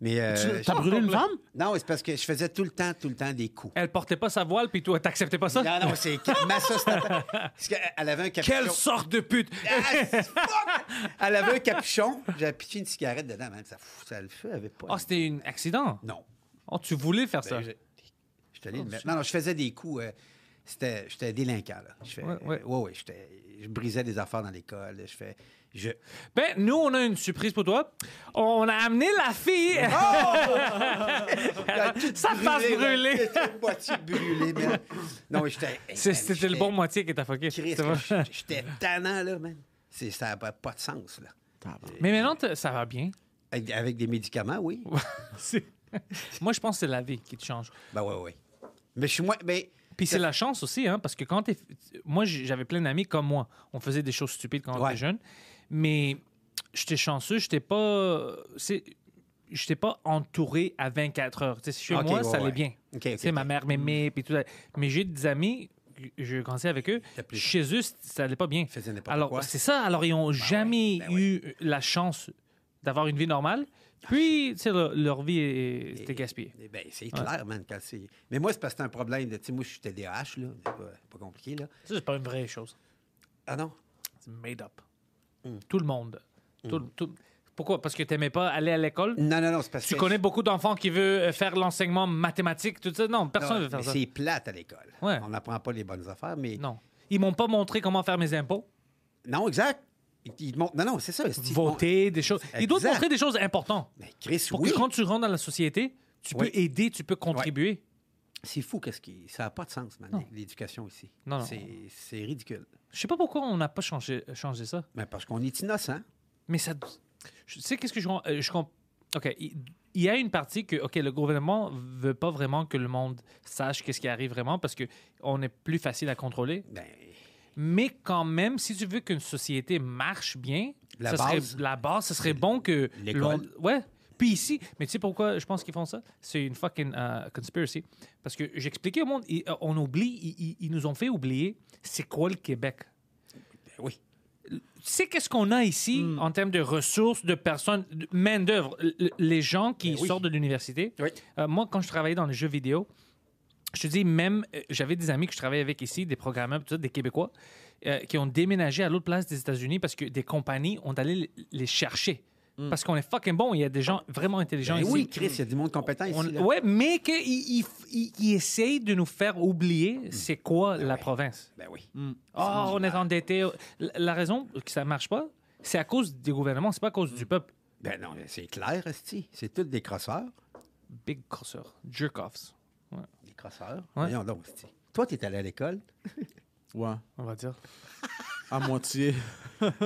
Mais. euh,
Tu-
je-
T'as brûlé une femme?
Non, c'est parce que je faisais tout le temps, tout le temps des coups.
Elle portait pas sa voile, puis toi, t'acceptais pas ça?
Non, non, c'est. Ma sauce,
[laughs]
tata- Parce qu'elle avait un capuchon.
Quelle sorte de pute!
Ah, [laughs] fuck! Elle avait un capuchon. J'avais pitché une cigarette dedans, man. Ça, pff, ça le feu avait pas.
Ah, c'était un accident.
Non.
Oh, tu voulais faire ça. Oh,
Ben, je- je te l'ai le mettre. Non, non, je faisais des coups. euh, c'était, j'étais délinquant, là. Je fais,
Ouais, ouais.
ouais, ouais, j'étais, je brisais des affaires dans l'école. Je fais.
[laughs]
Je...
Ben, nous, on a une surprise pour toi. On a amené la fille.
Ah!
Sa face brûlée.
J'étais moitié brûlé, man. Non,
[laughs]
j'étais.
[laughs] C'est-
man,
C'était le
j'étais-
bon moitié qui t'a fucké.
Christ,
C'est vrai.
que J'étais tannant, là, man. C'est, ça n'avait pas de sens, là.
Mais maintenant, t'as- ça va bien. [laughs]
Avec, avec des médicaments, oui.
C'est- [laughs] Moi, je pense que c'est la vie qui te change.
Ben, ouais, ouais. Mais je suis moins. ben, Mais,
Puis c'est la chance aussi, hein, parce que quand t'es... Moi, j- j'avais plein d'amis comme moi. On faisait des choses stupides quand on
Ouais.
était jeune. Mais j'étais chanceux, j'étais pas... c'est- J'étais pas entouré à 24 heures. Tu sais, chez
Ok,
moi,
ouais,
ça allait
ouais.
bien.
Ok, ok,
Tu sais,
ok. Mm.
ma mère m'aimait, puis tout ça. Mais j'ai des amis, je grandissais avec eux,
T'as plus-
chez eux, c- ça allait pas bien.
faisaient n'importe
Alors,
quoi.
c'est ça. Alors, ils ont jamais
ben ouais. Ah,
eu la chance d'avoir une vie normale. Puis, tu sais, leur, leur vie est- était gaspillée.
Eh ben, c'est clair, man. Quand c'est... Mais moi, c'est parce que c'est un problème. De... tu sais, Moi, je suis TDAH, là. C'est pas, pas compliqué, là.
Ça, c'est pas une vraie chose.
Ah non?
C'est made up.
Mm.
Tout le monde. Tout- tout- Pourquoi? Parce que t'aimais pas aller à l'école?
Non, non, non, c'est parce
Tu
que.
connais beaucoup d'enfants qui veulent euh, faire l'enseignement mathématique, tout ça. Non,
Non,
personne veut faire
mais
ça.
C'est plate à l'école.
Ouais.
On n'apprend pas les bonnes affaires, mais.
Non. Ils m'ont pas montré comment faire mes impôts,
Non, exact. Ils- ils te montrent- Non, non, c'est ça. c'est- ils te montrent-
voter, des choses. Ils doivent te
Exact.
montrer des choses importantes.
Mais Chris,
Pour
oui.
que quand tu rentres dans la société, tu
Oui.
peux aider, tu peux contribuer.
C'est fou, qu'est-ce qui. Ça n'a pas de sens, man, l'éducation ici.
Non, non.
C'est... c'est ridicule.
Je sais pas pourquoi on n'a pas changé, changé ça.
Mais parce qu'on est innocent.
Mais ça. Tu sais, qu'est-ce que je. euh, je comp- OK. Il il y a une partie que, OK, le gouvernement veut pas vraiment que le monde sache qu'est-ce qui arrive vraiment parce que on est plus facile à contrôler.
Ben,
Mais quand même, si tu veux qu'une société marche bien,
La
ça serait-
base.
la base, ce serait bon que.
L'école.
l'on- Ouais. Puis ici, mais tu sais pourquoi je pense qu'ils font ça? C'est une fucking euh, conspiracy. Parce que j'expliquais au monde, ils- euh, on oublie, ils- ils- ils nous ont fait oublier c'est quoi le Québec
ben oui. Hmm.
tu sais qu'est-ce qu'on a ici en termes de ressources, de personnes, de main-d'œuvre, L- l- les gens qui
Ben oui.
sortent de l'université.
Oui.
Euh, moi, quand je travaillais dans les jeux vidéo, je te dis, même, euh, j'avais des amis que je travaillais avec ici, des programmeurs, tout ça, des Québécois, euh, qui ont déménagé à l'autre place des États-Unis parce que des compagnies ont allé les- les chercher. Parce qu'on est fucking bon, il y a des gens vraiment intelligents
Ben
ici.
oui, Chris, il y a du monde compétent
On-
ici. là.
ouais, mais qu'ils essayent de nous faire oublier c'est quoi la province.
Ben oui.
Mm. Ah, on est endetté. La- La raison que ça marche pas, c'est à cause des gouvernements, c'est pas à cause du peuple.
Ben non, mais c'est clair, Esti. C'est tous des crosseurs.
Big curseur, jerk-offs. Ouais,
Des crosseurs.
Ouais.
Voyons donc, Esti. Toi, t'es allé à l'école
Ouais,
on va dire.
à moitié.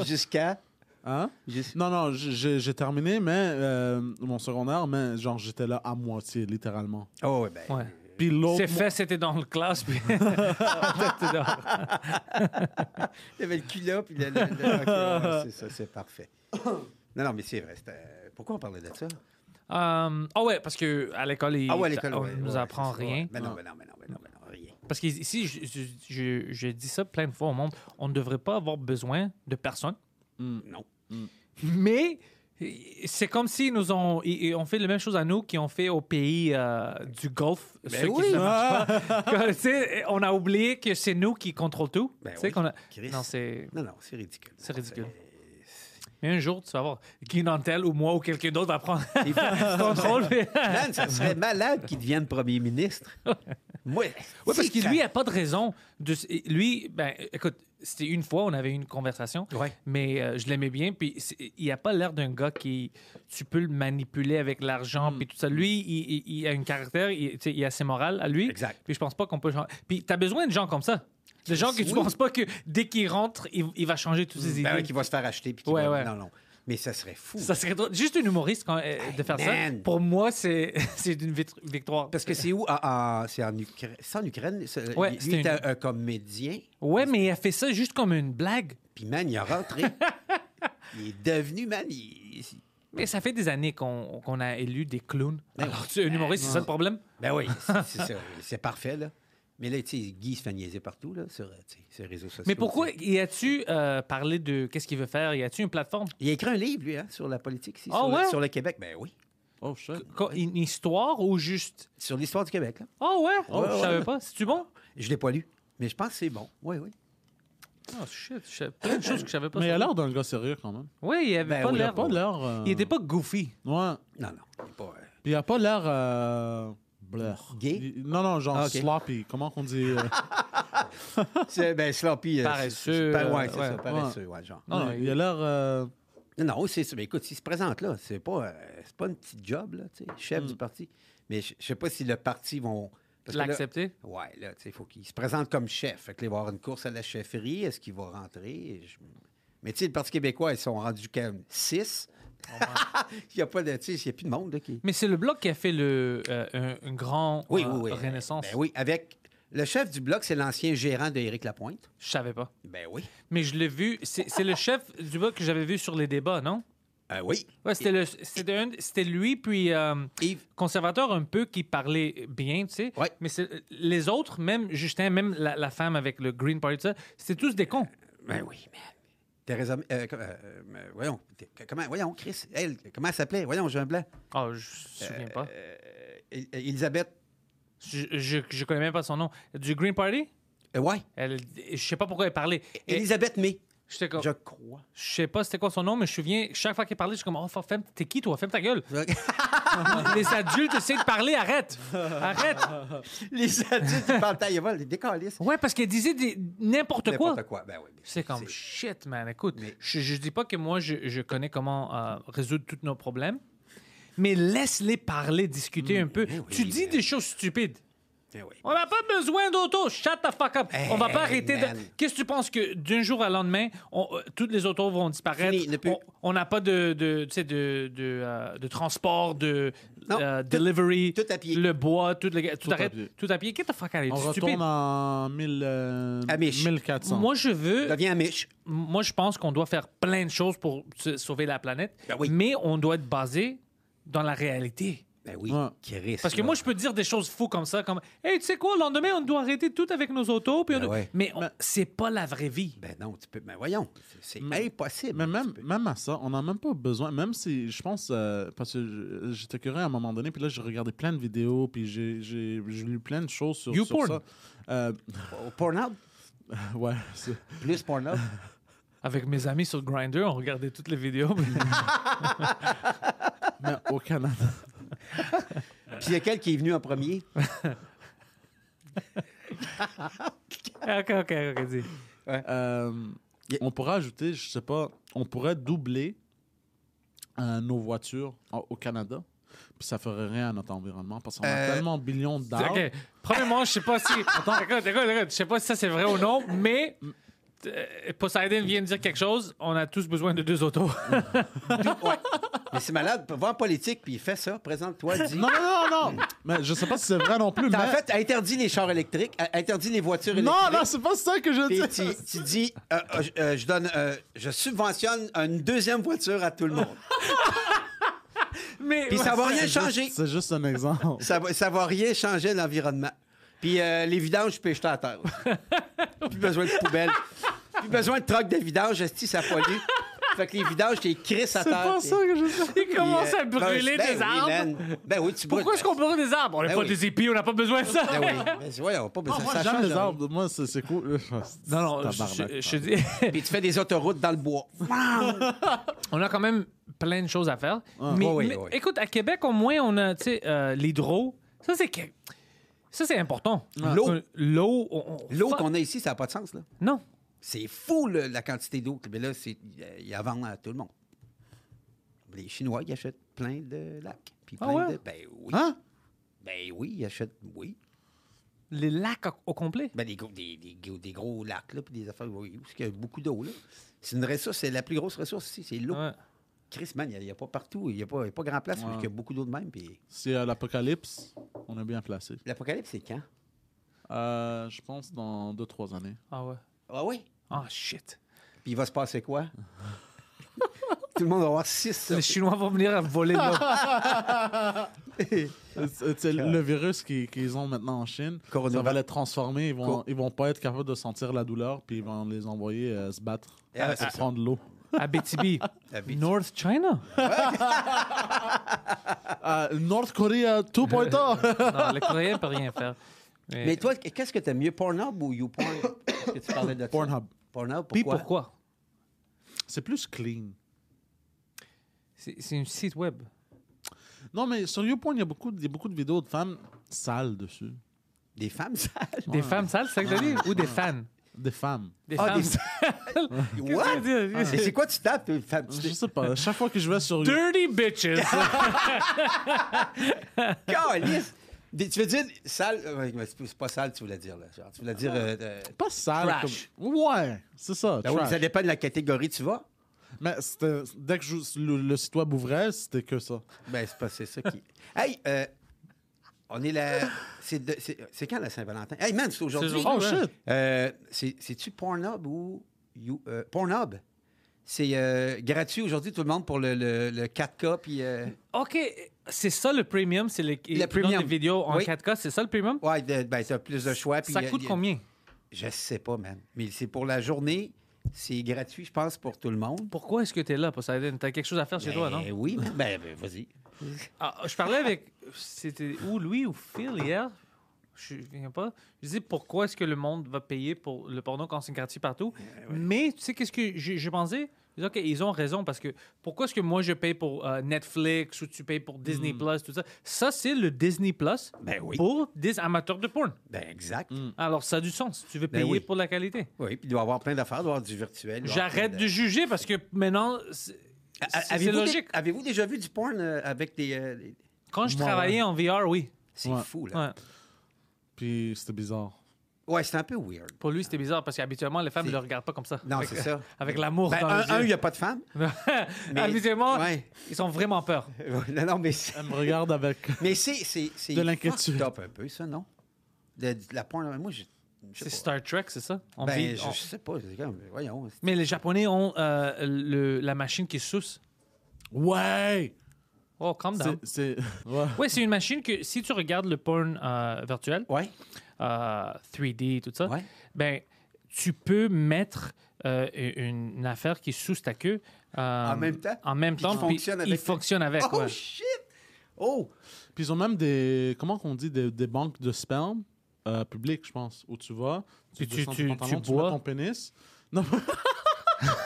jusqu'à.
Hein?
Juste-
Non, non, j- j'ai j'ai terminé, mais euh, mon secondaire, mais genre, j'étais là à moitié, littéralement.
Oh, ouais, ben.
Ouais.
Puis l'autre.
C'est
mo-
fait, c'était dans le classe. Puis... [laughs] C'était dans-
Il y avait le culot, puis le. le- le- ok, ouais,
[laughs]
c'est ça, c'est parfait. Non, non, mais c'est vrai. c'était- Pourquoi on parlait de ça?
Euh, ah ouais, parce que à l'école, ils-
Ah ouais, à l'école,
on
ouais,
nous
ouais,
apprend
c'est ça, ouais. Ben.
rien.
Mais non, mais non, mais non, mais non, mais non, rien.
Parce qu'ici, je, je- je- je dis ça plein de fois au monde, on ne devrait pas avoir besoin de personne. Mm.
Non.
Mais c'est comme s'ils nous ont, ils- ils ont fait la même chose à nous qu'ils ont fait aux pays euh, du Golfe. ceux qui
Ben oui. Ah.
se marchent pas. [laughs] Comme, tu sais, on a oublié que c'est nous qui contrôlons tout.
Ben
Tu sais
oui,
qu'on a-
Chris.
Non, c'est
Non, non, c'est ridicule.
c'est ridicule. Mais un jour, tu vas voir, Guy Nantel ou moi ou quelqu'un d'autre va prendre [laughs]
Il faut- [laughs]
le contrôle. puis-
Man, ça serait malade qu'il devienne premier ministre. Moi,
Oui, parce
si
que
ça-
lui, il n'a pas de raison. De... s- Lui, ben, écoute, c'était une fois, on avait eu une conversation,
Ouais.
mais euh, je l'aimais bien. Puis c'est- il n'a pas l'air d'un gars qui. Tu peux le manipuler avec l'argent,
Hmm.
puis tout ça. Lui, il, il- il a un caractère, il, tu sais, il a ses morales à lui.
Exact.
Puis je pense pas qu'on peut. changer- Puis tu as besoin de gens comme ça. De gens que tu
Oui.
penses pas que dès qu'il rentre, il, il va changer toutes ses idées.
Ben oui, qu'il va se faire acheter. Puis qu'il
Ouais,
va-
ouais.
Non, non. Mais ça serait fou.
Ça serait drôle. Juste un humoriste quand- euh, de faire ça.
man.
Pour moi, c'est [laughs] c'est une vit- victoire.
Parce que c'est où? Ah, ah, c'est en Ukraine. C'est en Ukraine. c'est-
Ouais,
lui
c'était
était
une-
un comédien.
Ouais, mais il a fait ça juste comme une blague.
Puis, man, il a
[laughs]
rentré. il est devenu, man, il-
Mais ça fait des années qu'on qu'on a élu des clowns. Alors, tu es un humoriste, c'est ça le problème?
Ben oui, c'est c'est ça. C'est parfait, là. Mais là, tu sais, Guy se fait niaiser partout, là, sur, euh, tu sais, sur les réseaux sociaux.
Mais pourquoi
tu sais.
y a-tu euh, parlé de qu'est-ce qu'il veut faire? Y a-tu une plateforme?
Il a écrit un livre, lui, hein, sur la politique ici,
Ah
sur, le-
ouais?
sur le Québec. Ben oui.
Oh, shit.
Quoi, Une histoire ou juste.
Sur l'histoire du Québec, là.
Ah ouais?
Ouais,
je
ouais.
savais pas. C'est-tu bon?
Je l'ai pas lu. Mais je pense que c'est bon. Oui, oui.
Oh shit, je savais plein de choses que je savais pas.
Mais il a l'air d'un gars sérieux quand même.
Oui, il avait
Ben
pas
oui,
Il a
l'air.
pas l'air. euh,
Il était pas goofy.
Ouais.
Non, non. il est Pas, euh,
[laughs]
Puis il a pas l'air. Euh... Blur.
Gay?
Non, non, genre
Ah, ok.
sloppy. Comment
[laughs]
qu'on dit euh,
Ah,
C'est, ben, sloppy. euh,
Paresseux,
c'est-
euh,
ouais, c'est
ouais.
ça, paresseux, ouais, genre.
Non, non,
Il a l'air. euh,
Non, non, c'est ça. Mais écoute, s'il se présente là, c'est pas, euh, c'est pas une petite job, là, tu sais, chef du parti. Mais je je sais pas si le parti vont. parce que là-
L'accepter?
Ouais, là, tu sais, il faut qu'il se présente comme chef. Fait que là, il va y avoir une course à la chefferie. Est-ce qu'il va rentrer? Je- Mais tu sais, le Parti québécois, ils sont rendus comme six. [laughs] il n'y a pas de, tu sais, il y a plus de monde, là, qui...
Mais c'est le bloc qui a fait le, euh, un, un grand
Oui,
euh,
oui, oui.
renaissance.
Ben oui, avec... Le chef du bloc, c'est l'ancien gérant d'Éric Lapointe.
Je savais pas.
Ben oui.
Mais je l'ai vu. C'est c'est le chef du bloc que j'avais vu sur les débats, non?
Ah oui.
Ouais, c'était le- c'était un- c'était lui, puis euh,
Yves.
conservateur un peu qui parlait bien, tu sais.
Ouais.
Mais c'est- les autres, même Justin, même la, la femme avec le Green Party, tout ça, c'était tous des cons.
Ben oui, man. Theresa... euh, com- euh, euh, voyons, t- comment... Voyons, Chris, elle, comment elle s'appelait? Voyons, j'ai un blanc.
Ah, je me souviens pas.
Euh, El- Elisabeth...
Je, je, je connais même pas son nom. Du Green Party?
euh, ouais.
Elle, je sais pas pourquoi elle parlait. Et-
Elisabeth May,
j'étais comme-
je crois. [laughs]
Je sais pas c'était quoi son nom, mais je me souviens, chaque fois qu'il parlait, je suis comme, oh, fuck, ferme- t'es qui toi? Ferme
[laughs]
ta gueule. Les adultes essaient de parler, arrête.
[laughs]
Arrête.
Les adultes, ils parlent taille-vol, les décalistes.
Ouais, parce qu'elle disait des- n'importe quoi.
N'importe quoi. Ben oui. mais
C'est comme shit, man. Écoute,
Mais-
je, je dis pas que moi, je, je connais comment euh, résoudre tous nos problèmes, mais laisse-les parler, discuter un peu.
Mm, oui,
tu dis
mais-
des choses stupides.
Ben oui.
On n'a pas besoin d'auto. Shut the fuck up. on va pas
Hey,
arrêter de.
Eh, man.
Qu'est-ce que tu penses que d'un jour à l'endemain, on- euh, toutes les autos vont disparaître?
Fini, ne plus.
On- On n'a pas de, de, tu sais, de, de, euh, de transport, de
Non,
euh,
tout-
delivery.
tout à pied.
Le bois, tout, le, tout,
à
arrête-
pied.
Tout à pied. Qu'est-ce que fuck out,
On
tu es
retourne
stupide.
en 1000, euh,
À Mich.
1400.
Moi, je veux.
Deviens Mich.
Moi, je pense qu'on doit faire plein de choses pour se- sauver la planète,
Ben oui.
mais on doit être basé dans la réalité.
Ben oui,
Ouais.
Chris.
Parce que moi, je peux dire des choses fous comme ça, comme Hey, tu sais quoi, le lendemain, on doit arrêter tout avec nos autos. Puis on
Ben
doit-
ouais.
Mais on- c'est pas la vraie vie.
Ben non, tu peux... Ben voyons, c'est- c'est impossible.
Mais même,
Tu peux-
même à ça, on n'a même pas besoin. Même si, je pense, euh, parce que je- j'étais curieux à un moment donné, puis là, j'ai regardé plein de vidéos, puis j'ai j'ai- j'ai lu plein de choses sur, sur
YouPorn.
ça. Euh, [laughs]
Au Pornhub,
ouais, c'est-
plus Pornhub.
Avec mes amis sur Grindr, on regardait toutes les vidéos. [laughs]
mais au Canada.
Puis il y a quel qui est venu en premier?
Ah, ok, ok, ok, dis.
Euh,
Yeah.
On pourrait ajouter, je sais pas, on pourrait doubler euh, nos voitures en- au Canada, puis ça ferait rien à notre environnement, parce qu'on a
Euh,
tellement billions d'arbres.
Ok. Premièrement, je sais
[laughs]
pas si. Attends, écoute, écoute, écoute, je sais pas si ça c'est vrai ou non, mais. euh, Poseidon vient de dire quelque chose, on a tous besoin de deux autos.
[laughs] Ouais. Mais c'est malade, va en politique, puis il fait ça, présente-toi, dis...
Non, non, non, non! mais je sais pas si c'est vrai non plus, mais...
T'as en fait interdit les chars électriques, a- interdit les voitures électriques.
Non, non, c'est pas ça que
Puis
je dis.
tu, tu dis, euh, euh, je- euh, je donne, euh, je subventionne une deuxième voiture à tout le monde.
Mais
Puis ça va rien changer.
C'est juste
[laughs]
un exemple.
Ça va, ça va rien changer à l'environnement. Puis euh, les vidanges, je peux les jeter à terre. Plus besoin de poubelle. Plus besoin de troc de vidange, esti, ça pollue. Fait que les vidanges, je les crisse à
C'est
terre.
pas
puis-
ça que je dis.
il
puis, euh,
commence à
ben,
brûler
ben
des
oui,
arbres.
man. Ben oui, tu
Pourquoi est-ce qu'on brûle des arbres On n'a
Ben
pas
oui.
des épis, on n'a pas besoin de ça.
Ben oui, ben, c'est- ouais, on a pas besoin.
Ah, moi,
ça
j'aime
change hein.
les
rien.
arbres. Moi, c'est c'est cool.
Non, non, je,
Tabarnak,
je- je dis, [laughs]
Puis tu fais des autoroutes dans le bois.
on a quand même plein de choses à faire. mais,
Ah, oui,
mais
oui.
écoute, à Québec, au moins, on a tu sais, euh, l'hydro. Ça, c'est que- ça, c'est important.
L'eau.
L'eau. on- on-
Ah. Euh, L'eau
fuck.
qu'on a ici, ça n'a pas de sens, là.
Non.
C'est fou le- la quantité d'eau. que- Mais là, c'est, il en vend à tout le monde. Les Chinois, ils achètent plein de lacs. Puis
Ah
plein
ouais?
de. Ben oui.
Hein?
Ben oui, ils achètent. Oui.
Les lacs au- au complet.
Ben des gros, des, des gros- des gros lacs, là, puis des affaires. Oui, parce qu'il y a beaucoup d'eau, là. C'est une ressource, c'est la plus grosse ressource ici, c'est l'eau.
Ouais.
Chris, man, il n'y a, pas partout. Il n'y a, pas- il y a pas grand place, parce qu'il y a beaucoup d'eau de même. Puis
C'est euh, l'apocalypse. On est bien placé.
l'apocalypse, c'est quand?
Euh, je pense dans 2-3 années.
Ah ouais.
Ah oui.
Ah shit.
Puis il va se passer quoi? [laughs] Tout le monde va avoir six. ça.
Les Chinois vont venir voler
[laughs]
de l'eau.
Euh, c'est- c'est le virus qui- qu'ils ont maintenant en Chine, ça va
Coronavirus.
les transformer. Ils vont,
Cor-
ils vont pas être capables de sentir la douleur, puis ils vont les envoyer euh, se battre,
Ah,
euh,
c'est ça.
prendre l'eau.
à Bétibi.
Abitibi.
North China.
Ah, North Korea
oh.
2.0!
Non, le Coréen peut rien faire. Mais,
Mais toi, qu'est-ce que t'aimes mieux, Pornhub ou YouPorn? Est-ce que tu parlais de ça?
[laughs] Pornhub.
Pornhub,
puis
pourquoi?
pourquoi
C'est plus clean.
C'est c'est un site web.
Non, mais sur YouPorn, il y, a beaucoup de- il y a beaucoup de vidéos de femmes sales dessus.
Des femmes sales.
Des femmes sales, c'est ça que t'as dit Ou des fans
Des femmes.
Des
Ah,
femmes
des-
Qu'est-ce que
What?
tu veux dire?
Et c'est quoi tu tapes? euh, femme-
Je sais
[laughs]
pas, chaque fois que je vais sur YouPorn,
Ah. Dirty bitches.
Calisse! Des- Tu veux dire sale? euh, ouais, C'est c'est pas sale, tu voulais dire. Là. Genre, tu voulais dire. euh, euh,
pas sale.
Trash.
comme- Ouais, c'est ça.
ben oui,
trash.
ça dépend de la catégorie tu vas.
Mais c'était- dès que je- le, le site web ouvrait, c'était que ça.
Ben, c'est pas c'est ça qui. [laughs] Hey, euh, on est la. C'est de- c'est- c'est quand la Saint-Valentin? Hey, man, c'est
C'est
aujourd'hui.
aujourd'hui,
Oh
ouais.
shit!
Euh, c'est- C'est-tu Pornhub ou. You- euh, Pornhub? C'est euh, gratuit aujourd'hui, tout le monde, pour le, le, le 4K. Puis, euh,
[laughs] OK, c'est ça le premium, c'est le, ils donnent
premium.
des vidéos en
Oui.
4K, c'est ça le premium
ouais, de- ben, t'as plus de choix. puis
Ça
il y a-
coûte
il y a-
combien
Je sais pas, man. Mais c'est pour la journée. C'est gratuit, je pense, pour tout le monde.
Pourquoi est-ce que t'es là, Poseidon T'as quelque chose à faire chez
Ben
toi, non
Oui, mais- ben, ben, vas-y.
Ah, Je parlais avec. C'était où, lui ou Phil hier Je ne souviens pas. Je disais pourquoi est-ce que le monde va payer pour le porno quand c'est gratuit partout
Eh
Mais tu sais, qu'est-ce que j'ai j'ai pensé je disais, OK, ils ont raison parce que pourquoi est-ce que moi je paye pour euh, Netflix ou tu payes pour Disney Plus, tout ça Ça, c'est le Disney Plus
Hmm. Ben oui.
pour des amateurs de porn.
Ben, exact.
Alors, ça a du sens. Tu veux
Ben
payer
oui.
pour la qualité.
Oui, puis il doit y avoir plein d'affaires, il doit y avoir du virtuel. il doit y avoir
J'arrête
plein
de juger parce que maintenant, c'est
A- a-
c'est- c'est
avez-vous dé-
logique.
Avez-vous déjà vu du porn euh, avec des. euh, des-
Quand je
Ouais,
travaillais
ouais.
en VR, oui.
c'est
Ouais.
fou, là.
Ouais.
Puis c'était bizarre.
Ouais, c'est un peu weird.
Pour lui, c'était bizarre parce qu'habituellement, les femmes ne
C'est-
le regardent pas comme ça.
Non,
Avec-
c'est ça.
Avec l'amour
Ben,
dans
un, un, il
les
n'y
yeux.
a pas de
[laughs]
femme.
Habituellement,
ouais. [laughs]
ils sont vraiment peur.
non, non, mais c'est.
Elle me regarde avec. [laughs]
Mais c'est. c'est, c'est
De l'inquiétude.
fucked up un peu, ça, non? De, de la porn. Moi, je. je
C'est
sais pas.
Star Trek, c'est ça? On
Ben,
vit-
je,
on-
je sais pas. c'est comme- Voyons. c'est-
Mais les Japonais ont euh, le- la machine qui suce.
Ouais!
Oh, calm down.
C'est- C'est. Ouais.
Oui, c'est [laughs] une machine que si tu regardes le porn euh, virtuel,
Ouais.
euh, 3D, tout ça,
Ouais.
ben, tu peux mettre euh, une, une affaire qui suce ta queue. euh,
En même temps?
En même
Puis qui
temps, puis
fonctionne
il
avec-
fonctionne avec.
Oh,
ouais.
shit! Oh!
Puis ils ont même des. Comment qu'on dit Des, des banques de sperme euh, publiques, je pense, où tu vas.
Puis tu-
descends
tu-
ton pantalon,
tu
mets
bois.
ton pénis.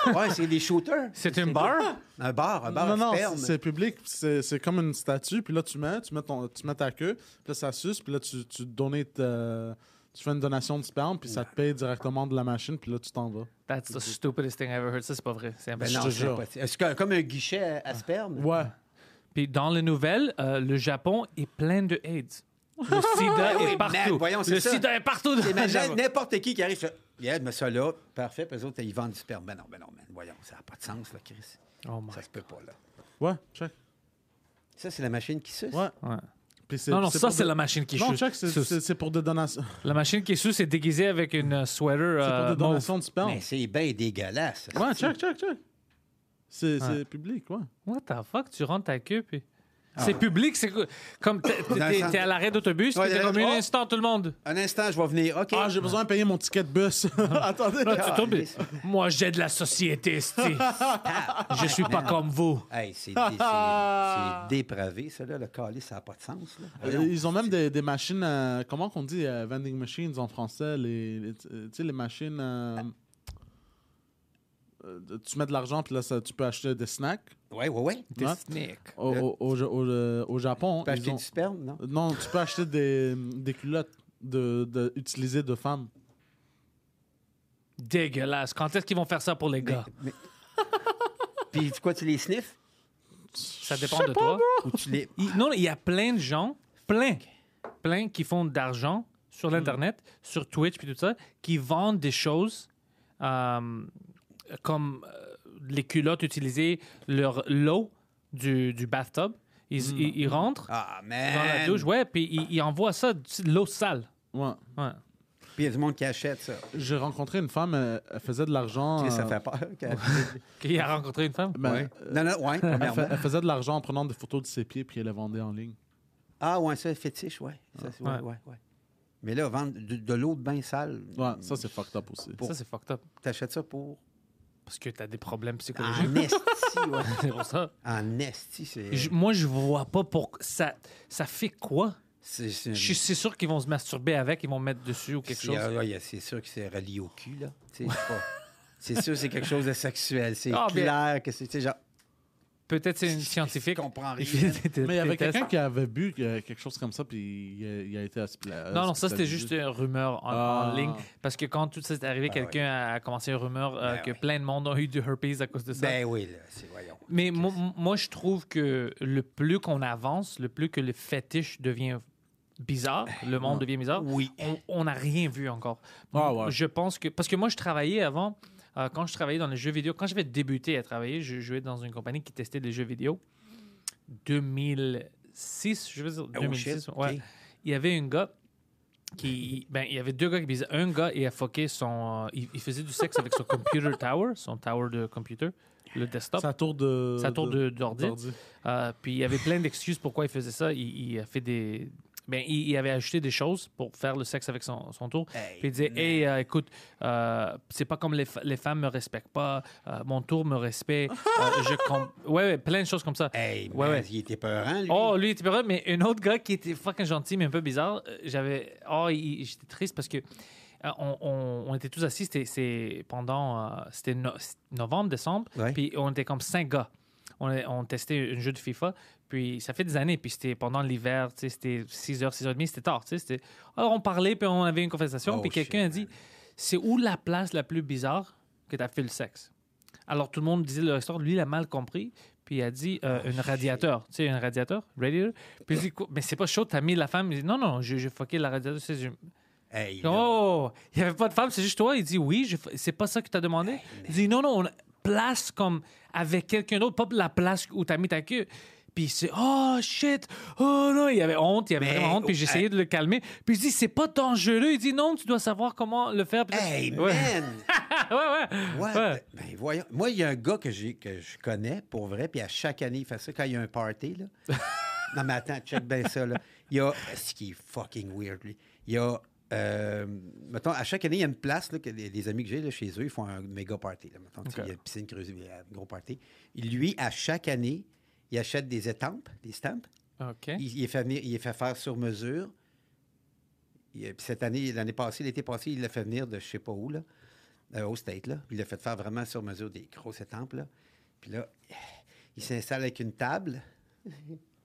Ouais, c'est des shooters.
C'est une barre?
Un bar, un bar
non, non,
ferme.
c'est- c'est public. C'est c'est comme une statue. Puis là, tu mets, tu mets, ton, tu mets ta queue. Puis là, ça suce. Puis là, tu, tu, donnes ta- tu fais une donation de sperme. Puis ça te paye directement de la machine. Puis là, tu t'en vas.
That's the stupidest thing I ever heard. Ça, c'est pas vrai. C'est
Ben
impossible.
non,
te
c'est
jure.
pas- Est-ce que comme un guichet à, à sperme?
Ouais.
Puis dans les nouvelles, euh, le Japon est plein de AIDS.
[laughs]
Le sida
Ben oui,
est partout.
man, voyons, c'est
le
ça.
sida est partout.
[laughs]
Dans le
Imagine
Japon.
n'importe qui qui arrive, fait Yeah, mais ça là, parfait, puis eux autres, ils vendent du sperme. Ben non, ben non, man, voyons, ça n'a pas de sens, là, Chris.
Oh my
Ça se peut pas, là.
Ouais, check.
Ça, c'est la machine qui suce.
Ouais.
Ouais.
Puis
Non, non, ça,
pour
c'est
de-
la machine qui
Non,
suce.
check, c'est-
suce.
c'est c'est pour des donations.
La machine qui suce est déguisée avec une euh, sweater.
C'est pour
euh,
des
mauve.
donations de sperme.
Mais c'est bien dégueulasse. ça.
Ouais, check, check, check. C'est c'est public, ouais.
What the fuck? Tu rentres ta queue, puis. Ah. C'est public, c'est quoi? comme t'es
Dans le
t'es-
sens-
t'es à l'arrêt d'autobus,
Ouais,
puis t'es
dans-
comme un
oh!
instant tout le monde.
Un instant, je vais venir. OK.
Ah, j'ai besoin de payer mon ticket de bus.
Ah.
[laughs] Attendez.
Là, Ah, tu tombes,
yes.
Moi, j'ai de la société, esti.
Ah.
Je suis pas comme vous.
Hey, c'est dé- c'est-
[laughs]
c'est dépravé, ça, là. Le calice, ça n'a pas de sens, là.
Euh,
Voyons.
Ils ont même des, des machines, à- comment qu'on dit, euh, vending machines en français, les, les- tu sais, les machines, euh, euh, tu mets de l'argent puis là ça- tu peux acheter des snacks.
Ouais, ouais, ouais. Tu
Ouais.
Sneak.
Au,
Euh,
au- au- au- au Japon,
peux
ils
acheter
ont-
du sperme, non?
non, tu peux acheter des, des culottes de, de- utilisées de femmes.
Dégueulasse. Quand est-ce qu'ils vont faire ça pour les gars?
Mais- Puis, tu quoi, tu les sniffes?
Ça dépend de toi.
Ou tu les.
Il- non, il y a plein de gens, plein, plein qui font d'argent
Hmm.
sur l'Internet, sur Twitch, puis tout ça, qui vendent des choses euh, comme euh, les culottes utilisées, leur lot du, du bathtub. Ils, ils- ils rentrent
Hmm. Ah,
dans la
man!
douche, ouais, puis ils, ils envoient ça, de l'eau sale.
Ouais.
Ouais.
Puis il y a du monde qui achète ça.
J'ai rencontré une femme, euh, elle faisait de l'argent.
Tu sais,
Ah.
Ça
euh,
fait peur. quand-
Qui a rencontré une femme?
ben,
Ouais. Non, non,
[laughs]
ouais,
elle, fa-
premièrement.
elle faisait de l'argent en prenant des photos de ses pieds puis elle les vendait en ligne.
Ah, ouais, ça, fétiche, ouais. Ça, c'est- ouais,
Ouais.
ouais, ouais. Mais là, vendre de, de l'eau de bain sale,
Ouais, ça c'est fucked up aussi.
Ça, c'est fucked up.
t'achètes ça pour.
Parce que t'as des
Ah,
problèmes psychologiques.
En esti, ouais.
C'est pour ça.
En esti, c'est.
Je- moi, je vois pas pour. Ça, ça fait quoi?
C'est c'est-
Je suis c'est sûr qu'ils vont se masturber avec, ils vont mettre dessus ou quelque
c'est-
chose.
ah, ouais, ouais, c'est sûr que c'est relié au cul, là. Tu sais, c'est pas- C'est sûr que c'est quelque chose de sexuel. C'est
Ah, bien.
clair que c'est. tu sais, genre,
Peut-être c'est une scientifique.
Je
[laughs]
comprends rien.
Mais il y avait quelqu'un qui avait bu euh, quelque chose comme ça puis il a, il a été hospitalisé.
Non, non, ça c'était juste une rumeur en, en
Ah.
ligne. Parce que quand tout ça est arrivé,
Ben
quelqu'un a commencé une rumeur euh,
Ben
que
oui.
plein de monde a eu du herpes à cause de ça.
Ben oui, là, c'est voyons.
Mais moi, moi, je trouve que le plus qu'on avance, le plus que le fétiche devient bizarre, le monde devient bizarre.
Hum. Oui.
on- On n'a rien vu encore.
Ah ouais.
Je pense que. Parce que moi, je travaillais avant, euh, quand je travaillais dans les jeux vidéo, quand j'avais débuté à travailler, je jouais dans une compagnie qui testait des jeux vidéo. 2006, je veux dire,
Oh,
2006.
shit,
ouais.
ok.
Il y avait un gars qui. Ben, il y avait deux gars qui baisaient. Un gars, il a fucké son. euh, il, il faisait du
[laughs]
sexe avec son computer tower, son tower de computer, le desktop.
Ça tourne de.
Ça tourne de- d'ordi.
d'ordi.
Euh, puis il y avait plein d'excuses pourquoi il faisait ça. Il, il a fait des. Ben, il, il avait acheté des choses pour faire le sexe avec son, son tour.
Hey,
puis il disait
man.
Hey, euh, écoute, euh, c'est pas comme les, f- les femmes me respectent pas, euh, mon tour
[laughs]
me respecte. euh, je com- ouais, ouais, plein de choses comme ça.
Hey,
Ouais,
man,
ouais.
il était peurant, lui.
Oh, lui, il était peureux, mais un autre gars qui était fucking gentil, mais un peu bizarre. euh, J'avais. Oh, il- j'étais triste parce que. euh, On, on- on était tous assis, c'était c'est pendant. euh, c'était no- novembre, décembre.
Ouais.
Puis on était comme cinq gars. On, a- on testait un jeu de FIFA. Puis ça fait des années. Puis c'était pendant l'hiver, tu sais, c'était 6 h, 6 h 30, c'était tard. tu sais, c'était- Alors on parlait, puis on avait une conversation.
Oh,
puis quelqu'un a
shit,
dit C'est où la place la plus bizarre que tu as fait le sexe alors tout le monde disait le histoire. Lui, il a mal compris. Puis il a dit euh,
Oh,
un radiateur. Tu sais, un radiateur? Radiator? Puis il
Ah.
dit, Quoi? mais c'est pas chaud, t'as mis la femme. Il dit, non, non, j'ai j'ai fucké la radiateur. c'est- je-
Hey, là.
Oh, il y avait pas de femme, c'est juste toi. Il dit, oui, j'ai fa- c'est pas ça que t'as demandé. Il dit, non, non, on place comme avec quelqu'un d'autre, pas la place où t'as mis ta queue. Puis c'est oh shit, oh non, il avait honte, il avait
Mais-
vraiment honte, puis j'ai
oh,
essayé
hey.
de le calmer. Puis il dit, c'est pas dangereux. Il dit, non, tu dois savoir comment le faire. Puis-
Hey,
[laughs] ouais.
man!
ouais, ouais.
What?
Ouais.
Ben, voyons. Moi, il y a un gars que, j'ai, que je connais, pour vrai, puis à chaque année, il fait ça quand il y a un party.
[laughs]
Là. non, mais attends, check bien ça. Là. Il y a. Ce qui est fucking weird, lui. Il y a. euh, mettons, à chaque année, il y a une place là, que les, les amis que j'ai là, chez eux, ils font un méga party. Là, mettons, tu sais,
Ok.
Il y a une piscine creusée, il y a un gros party. Lui, à chaque année, il achète des étampes, des stamps.
OK.
Il, il est fait venir- il est fait faire sur mesure. Il- puis cette année, l'année passée, l'été passé, il l'a fait venir de je sais pas où, là, euh, au State. Là. Il l'a fait faire vraiment sur mesure des grosses étampes. Là. Puis là, il s'installe avec une table.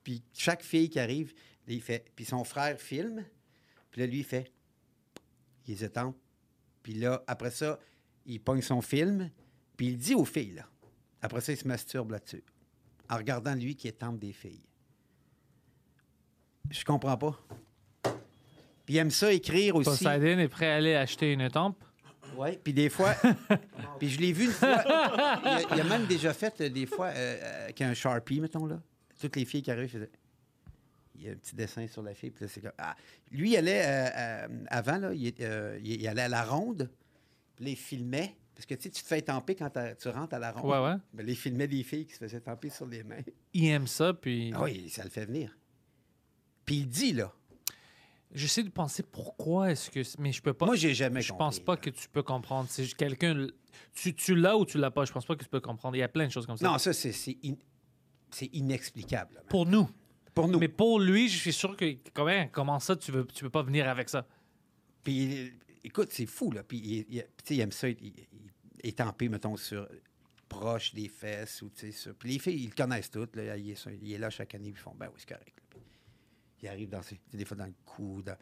puis chaque fille qui arrive, il fait. Puis son frère filme. Puis là, lui, il fait. Il les étampe. Puis là, après ça, il pogne son film. Puis il dit aux filles, là. Après ça, il se masturbe là-dessus. En regardant lui qui étampe des filles. Je comprends pas. Puis il aime ça écrire aussi.
Poseidon est prêt à aller acheter une tempe.
Oui, puis des fois, puis je l'ai vu une fois, il a, il a même déjà fait euh, des fois euh, euh, avec un Sharpie, mettons là. Toutes les filles qui arrivaient faisaient. Il y a un petit dessin sur la fille, puis là, c'est comme. Ah. Lui, il allait, euh, euh, avant, là, il, est- euh, il- il allait à la ronde, puis là, il filmait. Parce que tu sais, tu te fais tamper quand t'as- tu rentres à la ronde.
Ouais, ouais.
Ben, là, il filmait des filles qui se faisaient tamper sur les mains.
Il aime ça, puis...
Ah oui, ça le fait venir. Puis il dit, là.
J'essaie de penser pourquoi est-ce que... c'est- Mais je peux pas...
Moi, j'ai jamais
Je
compris,
pense pas
là.
que tu peux comprendre. C'est juste quelqu'un... l- Tu, tu l'as ou tu l'as pas. Je pense pas que tu peux comprendre. Il y a plein de choses comme ça.
Non, ça, c'est c'est in- c'est inexplicable. là.
Pour nous.
Pour nous.
Mais pour lui, je suis sûr que... Quand même, comment ça, tu veux, tu peux pas venir avec ça?
Puis, il- écoute, c'est fou, là. Puis, il, il- tu sais, il aime ça, il, il- il est tempé, mettons, sur proche des fesses ou, tu sais, sur- Puis les filles, ils le connaissent toutes, là. Il est, sur- il est là chaque année, puis ils font, ben oui, c'est correct. là. Puis il arrive dans ses, tu sais, des fois dans le cou, dans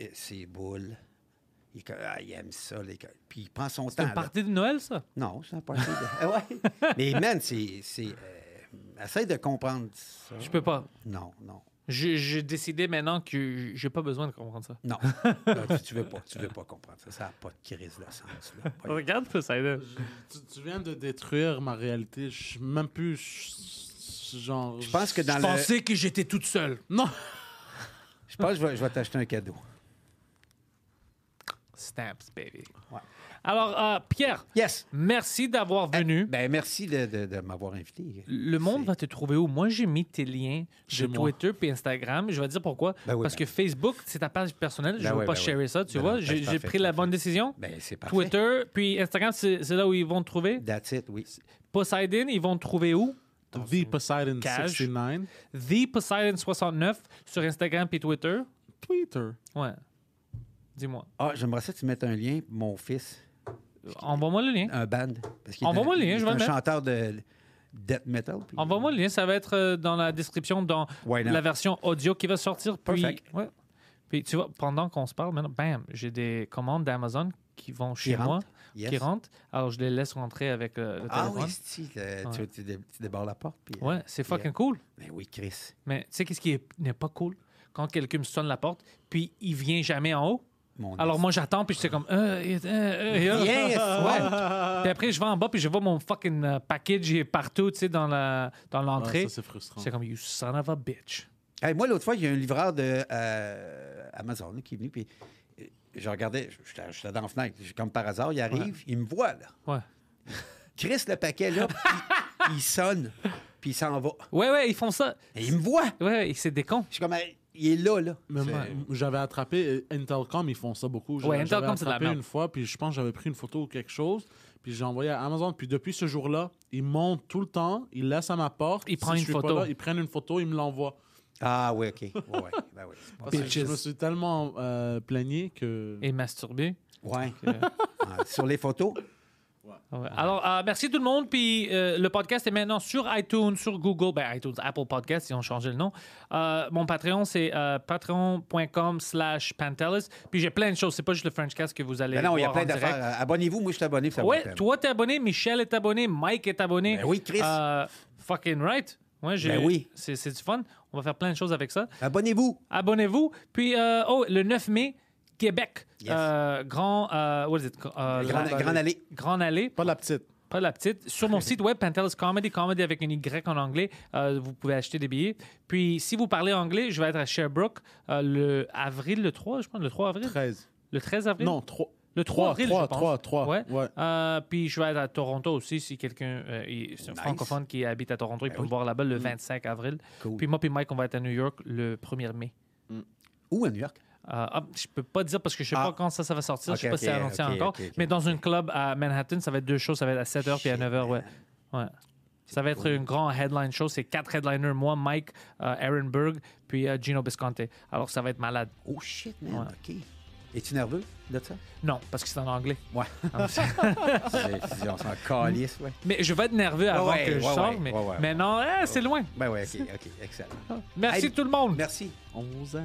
euh, ses boules. Il, est comme, ah, il aime ça, là. Il est comme- Puis il prend son temps.
C'est une
là.
partie de Noël, ça?
Non, c'est un party. de- [laughs] Ah ouais. Mais man, c'est... c'est, euh, essaye de comprendre ça.
Je peux pas.
Non, non.
Je- J'ai décidé maintenant que j'ai pas besoin de comprendre ça.
Non, Non, tu- tu veux pas, tu veux pas comprendre ça. Ça n'a pas de crise de sens.
[laughs]
Là. Voyons.
Regarde Poseidon.
Tu, tu viens de détruire ma réalité. Je suis même plus. je- je- genre.
Je pense que dans
Je
le.
pensais que j'étais toute seule.
Non!
Je pense que je vais, je vais t'acheter un cadeau.
stamps, baby. Alors, euh, Pierre,
Yes.
merci d'avoir venu.
Ben, merci de, de- de m'avoir invité.
Le monde va te trouver où? Moi, j'ai mis tes liens de
Chez moi.
Twitter puis Instagram. Je vais te dire pourquoi.
Ben oui,
Parce
ben
que Facebook, c'est ta page personnelle. je
Ben
ne veux
oui,
pas
ben oui.
sharer ça, tu
Ben non,
vois.
ben
J'ai
c'est
j'ai
parfait,
pris la
parfait.
bonne décision.
Ben, c'est parfait.
Twitter, puis Instagram, c'est c'est là où ils vont te trouver.
That's it, oui.
Poseidon, ils vont te trouver où?
The Poseidon
Cage.
69.
The Poseidon69 sur Instagram puis Twitter.
Twitter.
Ouais. Dis-moi.
Ah, j'aimerais ça que tu mettes un lien, pour mon fils,
Envoie-moi le lien.
un band. Parce qu'il est
Envoie-moi
un-
le lien,
il est
je vais
un
le mettre.
chanteur de death metal. puis-
Envoie-moi le lien, ça va être euh, dans la description, dans
Why not?
la version audio qui va sortir. Puis,
Perfect.
ouais. puis tu vois, pendant qu'on se parle, maintenant, bam, j'ai des commandes d'Amazon qui vont chez
rentrent.
moi,
Yes.
qui rentrent. Alors je les laisse rentrer avec euh, le
Ah
téléphone.
oui, si, euh, tu, tu dé- tu débarres la porte. Puis, euh,
Ouais, c'est
puis, euh,
fucking cool.
Ben oui, Chris.
Mais tu sais, qu'est-ce qui est- n'est pas cool? Quand quelqu'un me sonne la porte, puis il vient jamais en haut.
Mon
Alors
esti.
moi, j'attends, puis je suis comme. Euh, euh, euh, euh.
Yes, ouais.
Puis après, je vais en bas, puis je vois mon fucking euh, package il est partout, tu sais, dans la- dans l'entrée.
Ah, ça, c'est frustrant.
c'est comme, you son of a bitch.
Hey, moi, l'autre fois, il y a un livreur de euh, Amazon là, qui est venu, puis euh, je regardais, j'étais j'étais dans la fenêtre, J'ai- comme par hasard, il arrive, il me voit, là.
Ouais.
Chris, le paquet,
[laughs]
là, puis il, il sonne, puis il s'en va.
Ouais, ouais, ils font ça.
Et il me voit!
Ouais, Ouais, et c'est des cons.
Je suis comme, Hey, il est là, là.
Mais moi, j'avais attrapé euh, Intelcom, ils font ça beaucoup. J'avais-
Ouais, Intelcom,
j'avais
c'est de la
attrapé
merde.
une fois, puis je pense que j'avais pris une photo ou quelque chose, puis j'ai envoyé à Amazon. Puis depuis ce jour-là, ils montent tout le temps, ils laissent à ma porte.
Ils prennent
je
une
suis pas
photo.
là, ils prennent une photo, ils me l'envoient.
Ah oui, OK. Ouais, ouais, ben
[laughs]
oui. c'est pas
Parce que
Bitches.
Je me suis tellement euh, plaigné que.
Et masturber.
ça. Ouais. [laughs] Ah, sur les photos,
Ouais. Alors, euh, merci tout le monde. Puis euh, le podcast est maintenant sur iTunes, sur Google, ben iTunes, Apple Podcast, ils ont changé le nom. Euh, mon Patreon, c'est euh, patreon.com slash Pantelis. Puis j'ai plein de choses. C'est pas juste le Frenchcast que vous allez
ben non, il y a
voir
plein
en direct.
d'affaires. Abonnez-vous, moi, je suis abonné, ça vaut la
Ouais,
peine.
toi t'es abonné, Michel est abonné, Mike est abonné.
Ben oui, Chris.
Euh, fucking right. Ouais, j'ai-
Ben oui.
C'est c'est du fun. On va faire plein de choses avec ça.
Abonnez-vous.
Abonnez-vous. Puis, euh, oh, le 9 mai, Québec.
Yes.
Euh, grand, euh, what is it? Euh,
Grand-
la-
Grande Allée.
Grande Allée.
Pas la petite.
Pas la petite. Sur mon site web, Pantelis Comedy, comedy avec un Y en anglais, euh, vous pouvez acheter des billets. Puis, si vous parlez anglais, je vais être à Sherbrooke euh, le avril, le 3, je pense, le 3 avril.
13.
Le 13 avril?
Non, 3.
Le 3 avril, je
3,
pense.
3, 3.
Ouais.
Ouais.
Euh, puis je vais être à Toronto aussi, si quelqu'un euh, est c'est
Nice. Ben
un
Mm.
francophone qui habite à Toronto, il peut me voir là-bas le 25 avril.
Cool.
Puis moi puis Mike, on va être à New York le 1er mai.
Où à New York?
Euh, ah, je peux pas dire parce que je sais
Ah.
pas quand ça, ça va sortir. je sais
Ok,
pas
ok,
si c'est annoncé
ok,
encore.
ok, ok.
Mais dans un club à Manhattan, ça va être deux shows. Ça va être à 7h puis à 9h. Ouais. Ouais. Ça va être un grand headline show. C'est quatre headliners moi, Mike, euh, Aaron Berg, puis euh, Gino Bisconte. Alors ça va être malade.
Oh shit, man, OK. Es-tu nerveux de ça?
Non, parce que c'est en anglais.
Ouais. [laughs]
Ah.
C'est- on s'en calisse, ouais.
Mais je vais être nerveux avant
ouais,
que je
ouais,
sorte.
ouais,
mais,
ouais, ouais.
mais non, eh, c'est loin.
Ben ouais, OK, OK, excellent.
Merci
Hey,
tout le monde.
Merci.
11 ans.